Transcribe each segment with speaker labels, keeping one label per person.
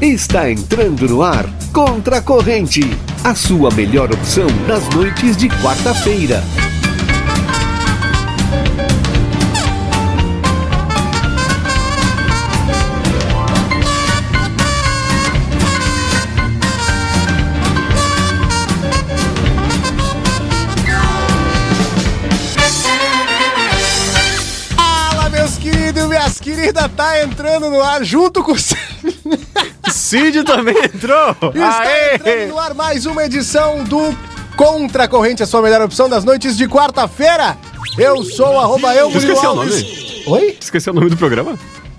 Speaker 1: Está entrando no ar Contra a Corrente, a sua melhor opção nas noites de quarta-feira.
Speaker 2: Fala, meus queridos e minhas queridas, tá entrando no ar junto com o Cid.
Speaker 3: Cid também entrou!
Speaker 2: Está entrando no ar mais uma edição do Contra a Corrente, a sua melhor opção das noites de quarta-feira. Eu sou o arroba eu, Murilo
Speaker 3: Esqueceu o nome?
Speaker 2: Alves. Oi?
Speaker 3: Esqueceu o nome do programa?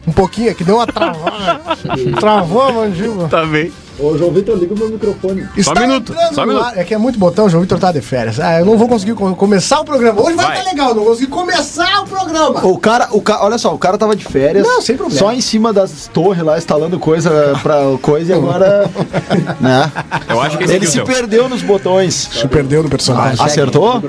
Speaker 2: Um pouquinho aqui, deu uma travada. Travou a mandíbula.
Speaker 3: Tá bem.
Speaker 4: Ô, João Vitor, liga o meu microfone.
Speaker 2: Está
Speaker 3: minuto,
Speaker 2: entrando
Speaker 3: só um
Speaker 2: no
Speaker 3: minuto.
Speaker 2: ar- É que é muito botão, João Vitor tá de férias. Ah, eu não vou conseguir co- começar o programa. Hoje vai
Speaker 3: Vai.
Speaker 2: estar legal, eu não consegui começar o programa.
Speaker 4: O cara, o ca... olha só, o cara tava de férias.
Speaker 2: Não, sem problema.
Speaker 4: Só em cima das torres lá, instalando coisa pra coisa e agora. né?
Speaker 3: Eu acho que esse
Speaker 4: Ele
Speaker 3: aqui é
Speaker 4: se
Speaker 3: o teu.
Speaker 4: perdeu nos botões.
Speaker 2: Se perdeu no personagem.
Speaker 4: Acertou?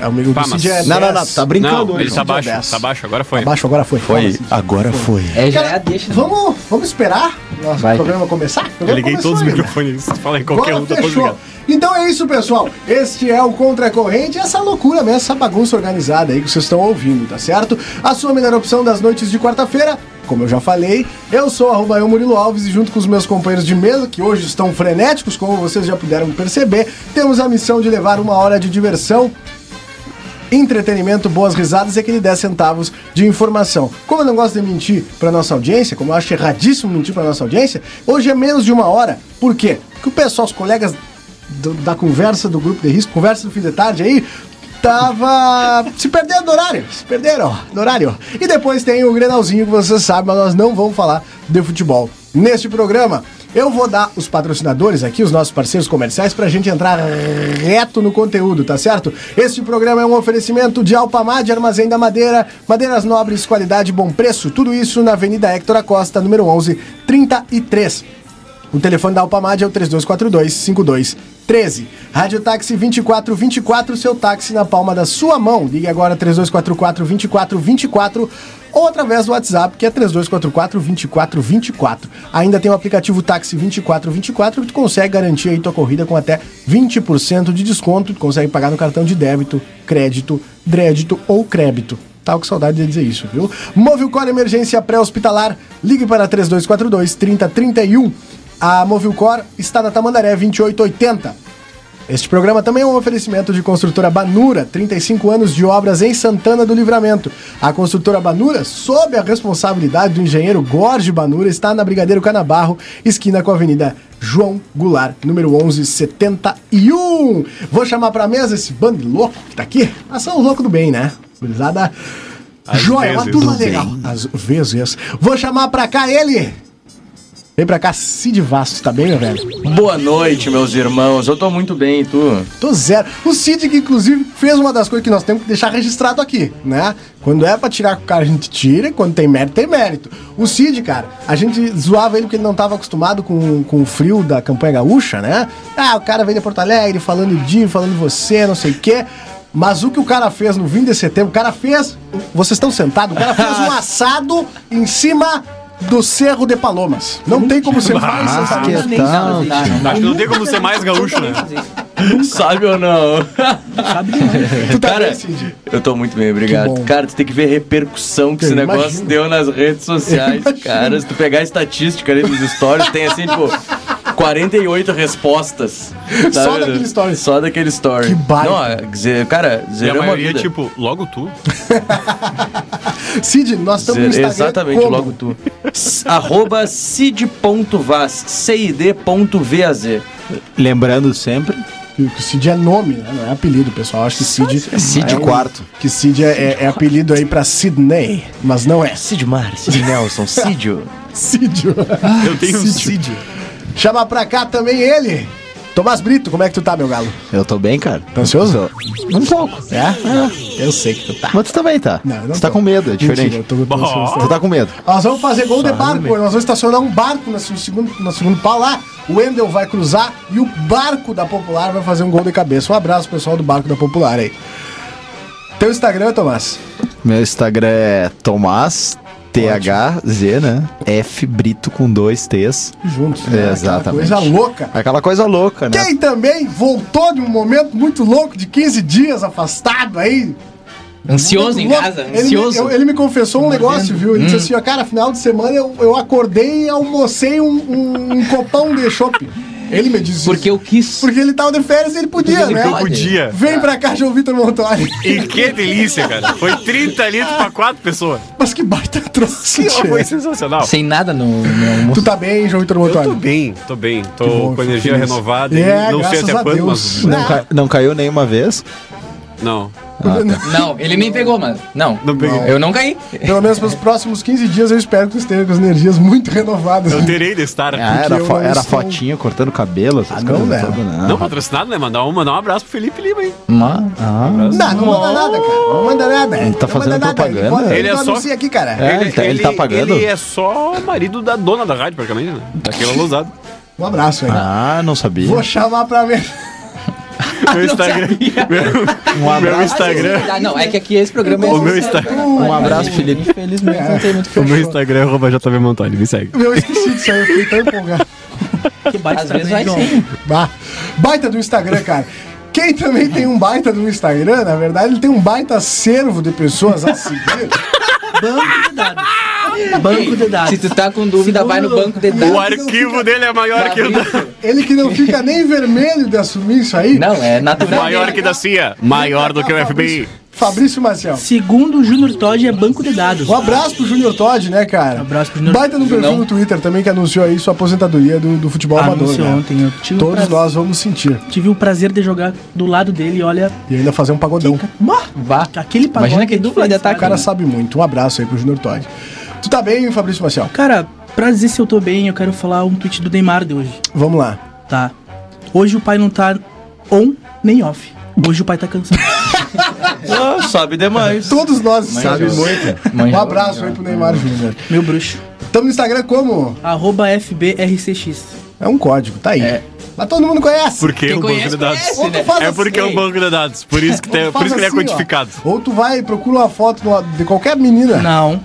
Speaker 2: É o amigo do
Speaker 3: Pá, mas-
Speaker 2: Cid é
Speaker 4: Ah, Não, não, não.
Speaker 2: 10.
Speaker 4: Tá brincando
Speaker 3: Não,
Speaker 4: hoje.
Speaker 3: ele tá
Speaker 4: João.
Speaker 3: baixo, tá baixo, agora foi.
Speaker 2: Baixo agora foi. Fala,
Speaker 4: Foi,
Speaker 2: Cid.
Speaker 4: agora foi.
Speaker 5: É, já
Speaker 2: Cara,
Speaker 5: é a deixa. né?
Speaker 2: Vamos, vamos esperar o nosso programa começar? O
Speaker 3: Eu
Speaker 2: programa
Speaker 3: liguei
Speaker 2: começou
Speaker 3: todos os
Speaker 2: ainda.
Speaker 3: microfones, se tu fala em qualquer
Speaker 2: Agora
Speaker 3: um, tá todos
Speaker 2: fechou.
Speaker 3: ligados.
Speaker 2: Então é isso, pessoal. Este é o Contra a Corrente, essa loucura mesmo, essa bagunça organizada aí que vocês estão ouvindo, tá certo? A sua melhor opção das noites de quarta-feira, como eu já falei, eu sou arroba eu Murilo Alves e junto com os meus companheiros de mesa, que hoje estão frenéticos, como vocês já puderam perceber, temos a missão de levar uma hora de diversão entretenimento, boas risadas e aquele 10 centavos de informação. Como eu não gosto de mentir para nossa audiência, como eu acho erradíssimo mentir para nossa audiência, hoje é menos de uma hora. Por quê? Porque o pessoal, os colegas do- da conversa do grupo de risco, conversa do fim de tarde aí, tava se perdendo do horário, se perderam do horário. E depois tem o Grenalzinho que você sabe, mas nós não vamos falar de futebol neste programa. Eu vou dar os patrocinadores aqui, os nossos parceiros comerciais, pra gente entrar reto no conteúdo, tá certo? Este programa é um oferecimento de Alpamad, Armazém da Madeira, Madeiras Nobres, qualidade e bom preço. Tudo isso na Avenida Héctor Acosta, número 1133. O telefone da Alpamad é o 3242-5213. Rádio Táxi 2424, seu táxi na palma da sua mão. Ligue agora 3244-2424 ou através do WhatsApp, que é 3244-2424. Ainda tem o aplicativo Táxi 2424, que tu consegue garantir aí tua corrida com até 20% de desconto. Tu consegue pagar no cartão de débito, crédito, drédito ou crédito. Tava com saudade de dizer isso, viu? Movilcor Emergência Pré-Hospitalar, ligue para 3242-3031. A Movilcor está na Tamandaré 2880. Este programa também é um oferecimento de construtora Banura, 35 anos de obras em Santana do Livramento. A construtora Banura, sob a responsabilidade do engenheiro Gorge Banura, está na Brigadeiro Canabarro, esquina com a Avenida João Goulart, número 1171. Vou chamar pra mesa esse bando de louco que tá aqui. Mas são os loucos do bem, né? Gurizada.
Speaker 3: Às
Speaker 2: Joia, uma
Speaker 3: vezes.
Speaker 2: turma
Speaker 3: Do
Speaker 2: legal. Às vezes. Vou chamar pra cá ele. Vem pra cá, Cid Vastos, tá bem, meu velho?
Speaker 6: Boa noite, meus irmãos. Eu tô muito bem, e tu?
Speaker 2: Tô zero. O Cid, que inclusive fez uma das coisas que nós temos que deixar registrado aqui, né? Quando é pra tirar com o cara, a gente tira, e quando tem mérito, tem mérito. O Cid, cara, a gente zoava ele porque ele não tava acostumado com, com o frio da campanha gaúcha, né? Ah, o cara veio de Porto Alegre falando de, falando de você, não sei o quê. Mas o que o cara fez no 20 de setembro, o cara fez. Vocês estão sentados, o cara fez um assado em cima do Cerro de Palomas. Não tem como ser mais sensacional.
Speaker 5: Não, não, não, não.
Speaker 3: Acho que não tem como ser mais gaúcho, né?
Speaker 6: Sabe ou não?
Speaker 2: Tu tá
Speaker 6: Cara,
Speaker 2: bem, Cid?
Speaker 6: eu tô muito bem,
Speaker 2: Que
Speaker 6: obrigado.
Speaker 2: bom.
Speaker 6: Cara, tu tem que ver a repercussão que
Speaker 2: Eu
Speaker 6: esse negócio
Speaker 2: imagino.
Speaker 6: deu nas redes sociais,
Speaker 2: Eu imagino.
Speaker 6: cara. Se tu pegar a estatística ali dos stories, tem assim, tipo, 48 respostas.
Speaker 2: Só daquele story.
Speaker 6: Só daquele story.
Speaker 2: Que baita.
Speaker 6: Não, é, dizer, cara,
Speaker 3: E a
Speaker 6: zerou uma
Speaker 3: maioria,
Speaker 6: vida.
Speaker 3: tipo, logo tu.
Speaker 2: Cid, nós estamos no
Speaker 6: Zero-
Speaker 2: Instagram.
Speaker 6: Exatamente,
Speaker 2: como?
Speaker 6: logo tu. S- Arroba cid.vaz, cid.vaz.
Speaker 4: Lembrando sempre.
Speaker 2: Que o Cid é nome, né? Não é apelido, pessoal. Acho que Cid.
Speaker 4: Cid
Speaker 2: é um-
Speaker 4: Quarto.
Speaker 2: Que Cid é, é- é apelido aí pra Sidney, mas não é.
Speaker 6: Cid Mar, Cid Nelson, Cidio.
Speaker 2: Cid.
Speaker 4: Ah,
Speaker 3: Eu tenho um Cid.
Speaker 2: Chama pra cá também ele. Tomás Brito, como é que tu tá, meu galo?
Speaker 4: Eu tô bem, cara.
Speaker 2: Tá ansioso?
Speaker 4: Um pouco.
Speaker 2: É? Eu sei que tu tá.
Speaker 4: Mas tu também tá.
Speaker 2: Não, eu não
Speaker 4: tu tá
Speaker 2: tô.
Speaker 4: com medo, é
Speaker 2: Mentira,
Speaker 4: diferente.
Speaker 2: eu tô- tô ansioso.
Speaker 4: Tu tá com medo.
Speaker 2: Nós vamos fazer gol de barco, nós vamos estacionar um barco no segundo, no segundo pau lá. O Wendel vai cruzar e o barco da Popular vai fazer um gol de cabeça. Um abraço, pessoal do barco da Popular aí. Teu Instagram, Tomás?
Speaker 4: Meu Instagram é Tomás THZ, né? F Brito com dois T's.
Speaker 2: Juntos. né?
Speaker 4: É,
Speaker 2: Aquela
Speaker 4: exatamente.
Speaker 2: Coisa louca.
Speaker 4: Aquela coisa louca, né?
Speaker 2: Quem também voltou de um momento muito louco, de 15 dias afastado aí.
Speaker 5: Ansioso em
Speaker 2: Muito louco.
Speaker 5: casa,
Speaker 2: Ele me,
Speaker 5: ansioso.
Speaker 2: eu- ele me confessou um negócio, viu? Ele disse assim, ó, cara, final de semana eu, eu acordei e almocei um, um- um copão de chopp. Ele me disse isso.
Speaker 5: Porque eu quis.
Speaker 2: Porque ele tava de férias e ele podia,
Speaker 5: Porque ele
Speaker 2: né?
Speaker 5: pode.
Speaker 3: Podia.
Speaker 2: Vem pra cá, João Vitor Montori.
Speaker 3: E que delícia, cara. Foi 30 litros pra quatro pessoas.
Speaker 2: Mas que baita troço, tchê.
Speaker 3: Foi sensacional.
Speaker 5: Sem nada no, no
Speaker 2: Tu
Speaker 5: almoço.
Speaker 2: tá bem, João Vitor Montori?
Speaker 3: Tô bem, tô bem. Tô
Speaker 2: bom,
Speaker 3: com
Speaker 2: fico
Speaker 3: energia
Speaker 2: feliz.
Speaker 3: renovada.
Speaker 2: É,
Speaker 3: e não sei
Speaker 2: graças
Speaker 3: até
Speaker 2: a
Speaker 3: quando,
Speaker 2: Deus.
Speaker 3: mas.
Speaker 4: Não, ca- não caiu nenhuma vez?
Speaker 3: Não.
Speaker 5: Não, ele me pegou, mano. Não.
Speaker 3: Não peguei.
Speaker 5: Eu não caí.
Speaker 2: Pelo menos pros próximos 15 dias eu espero que tu esteja com as energias muito renovadas.
Speaker 3: Eu terei de estar aqui.
Speaker 4: Ah, era,
Speaker 2: eu
Speaker 4: fo-
Speaker 2: não
Speaker 4: era
Speaker 2: estou-
Speaker 4: fotinho cortando cabelo, essas
Speaker 2: Ah, não,
Speaker 4: coisas
Speaker 2: né?
Speaker 4: todas, né?
Speaker 3: Não patrocinado, né? Mandar um, mandar um abraço pro Felipe Lima, hein?
Speaker 5: Mas,
Speaker 4: Ah,
Speaker 2: Não, não manda nada, cara. Não manda nada.
Speaker 4: Ele tá
Speaker 2: Não
Speaker 4: fazendo
Speaker 2: manda nada.
Speaker 4: propaganda?
Speaker 2: Ele, pode,
Speaker 3: Ele é só-
Speaker 2: anuncia aqui, cara.
Speaker 4: É, ele tá- ele tá pagando?
Speaker 3: Ele é só marido da dona da rádio, praticamente, né? Daquela lousada.
Speaker 2: Um abraço aí.
Speaker 4: ah, não sabia.
Speaker 2: Vou chamar pra ver.
Speaker 3: Meu Instagram. Meu,
Speaker 4: Um
Speaker 3: meu
Speaker 4: abraço.
Speaker 3: Instagram.
Speaker 5: Ah, não, é que aqui esse programa é.
Speaker 3: O meu Instagram.
Speaker 4: Um abraço, Felipe.
Speaker 5: Infelizmente não tem muito
Speaker 3: O meu Instagram é arroba JB Montoni, me segue.
Speaker 2: Eu esqueci disso aí, eu fiquei tão empolgado.
Speaker 7: Que baita
Speaker 5: Às vezes vai
Speaker 7: estratégia,
Speaker 5: sim.
Speaker 2: Bah, baita do Instagram, cara. Quem também tem um baita do Instagram, na verdade, ele tem um baita servo de pessoas a seguir.
Speaker 7: Banco de dados. Banco de
Speaker 5: Se
Speaker 7: dados.
Speaker 5: tu tá com dúvida, vai no banco de
Speaker 3: O
Speaker 5: dados.
Speaker 3: arquivo dele é maior que o da,
Speaker 2: Ele que não fica nem vermelho de assumir isso aí.
Speaker 5: Não, é natural.
Speaker 3: maior que da CIA, maior do que o FBI.
Speaker 2: Fabrício Maciel.
Speaker 7: Segundo o Júnior Todd, é banco de dados.
Speaker 2: Um abraço pro Júnior Todd, né, cara?
Speaker 7: Um Abraço pro Júnior
Speaker 2: Baita no perfil
Speaker 5: Não.
Speaker 2: no Twitter também que anunciou aí sua aposentadoria do, do futebol amador.
Speaker 7: Anúncio
Speaker 2: né?
Speaker 7: ontem. Eu tive, um o
Speaker 2: Todos
Speaker 7: prazer,
Speaker 2: nós vamos sentir.
Speaker 7: tive o prazer de jogar do lado dele e olha.
Speaker 2: E ainda fazer um pagodão.
Speaker 7: Bah,
Speaker 5: Vá.
Speaker 7: Aquele pagode
Speaker 5: Imagina que
Speaker 7: é
Speaker 5: dupla de
Speaker 7: diferenciado.
Speaker 2: O
Speaker 5: ataque.
Speaker 2: cara sabe muito. Um abraço aí pro Júnior Todd. Tu tá bem, Fabrício Maciel?
Speaker 7: Cara, pra dizer se eu tô bem, eu quero falar um tweet do Neymar de hoje.
Speaker 2: Vamos lá.
Speaker 7: Tá. Hoje o pai não tá on nem off. Hoje o pai tá cansado.
Speaker 6: Ah, sabe demais.
Speaker 2: Todos nós sabemos muito.
Speaker 5: Manja.
Speaker 2: Um abraço aí pro Neymar Júnior.
Speaker 7: Meu bruxo.
Speaker 2: Tamo no Instagram como?
Speaker 7: Arroba FBRCX.
Speaker 2: É um código, tá aí. Mas todo mundo conhece.
Speaker 3: Por que o
Speaker 5: Quem
Speaker 3: é um banco
Speaker 5: conhece,
Speaker 3: de dados?
Speaker 5: conhece,
Speaker 2: Ou tu
Speaker 5: né?
Speaker 2: faz
Speaker 3: É porque é um
Speaker 5: Ei.
Speaker 3: banco de dados, por isso que, tem,
Speaker 2: Faz
Speaker 3: por isso que ele é
Speaker 2: assim, ó.
Speaker 3: codificado.
Speaker 2: Ou tu vai e procura uma foto no- de qualquer menina
Speaker 7: Não.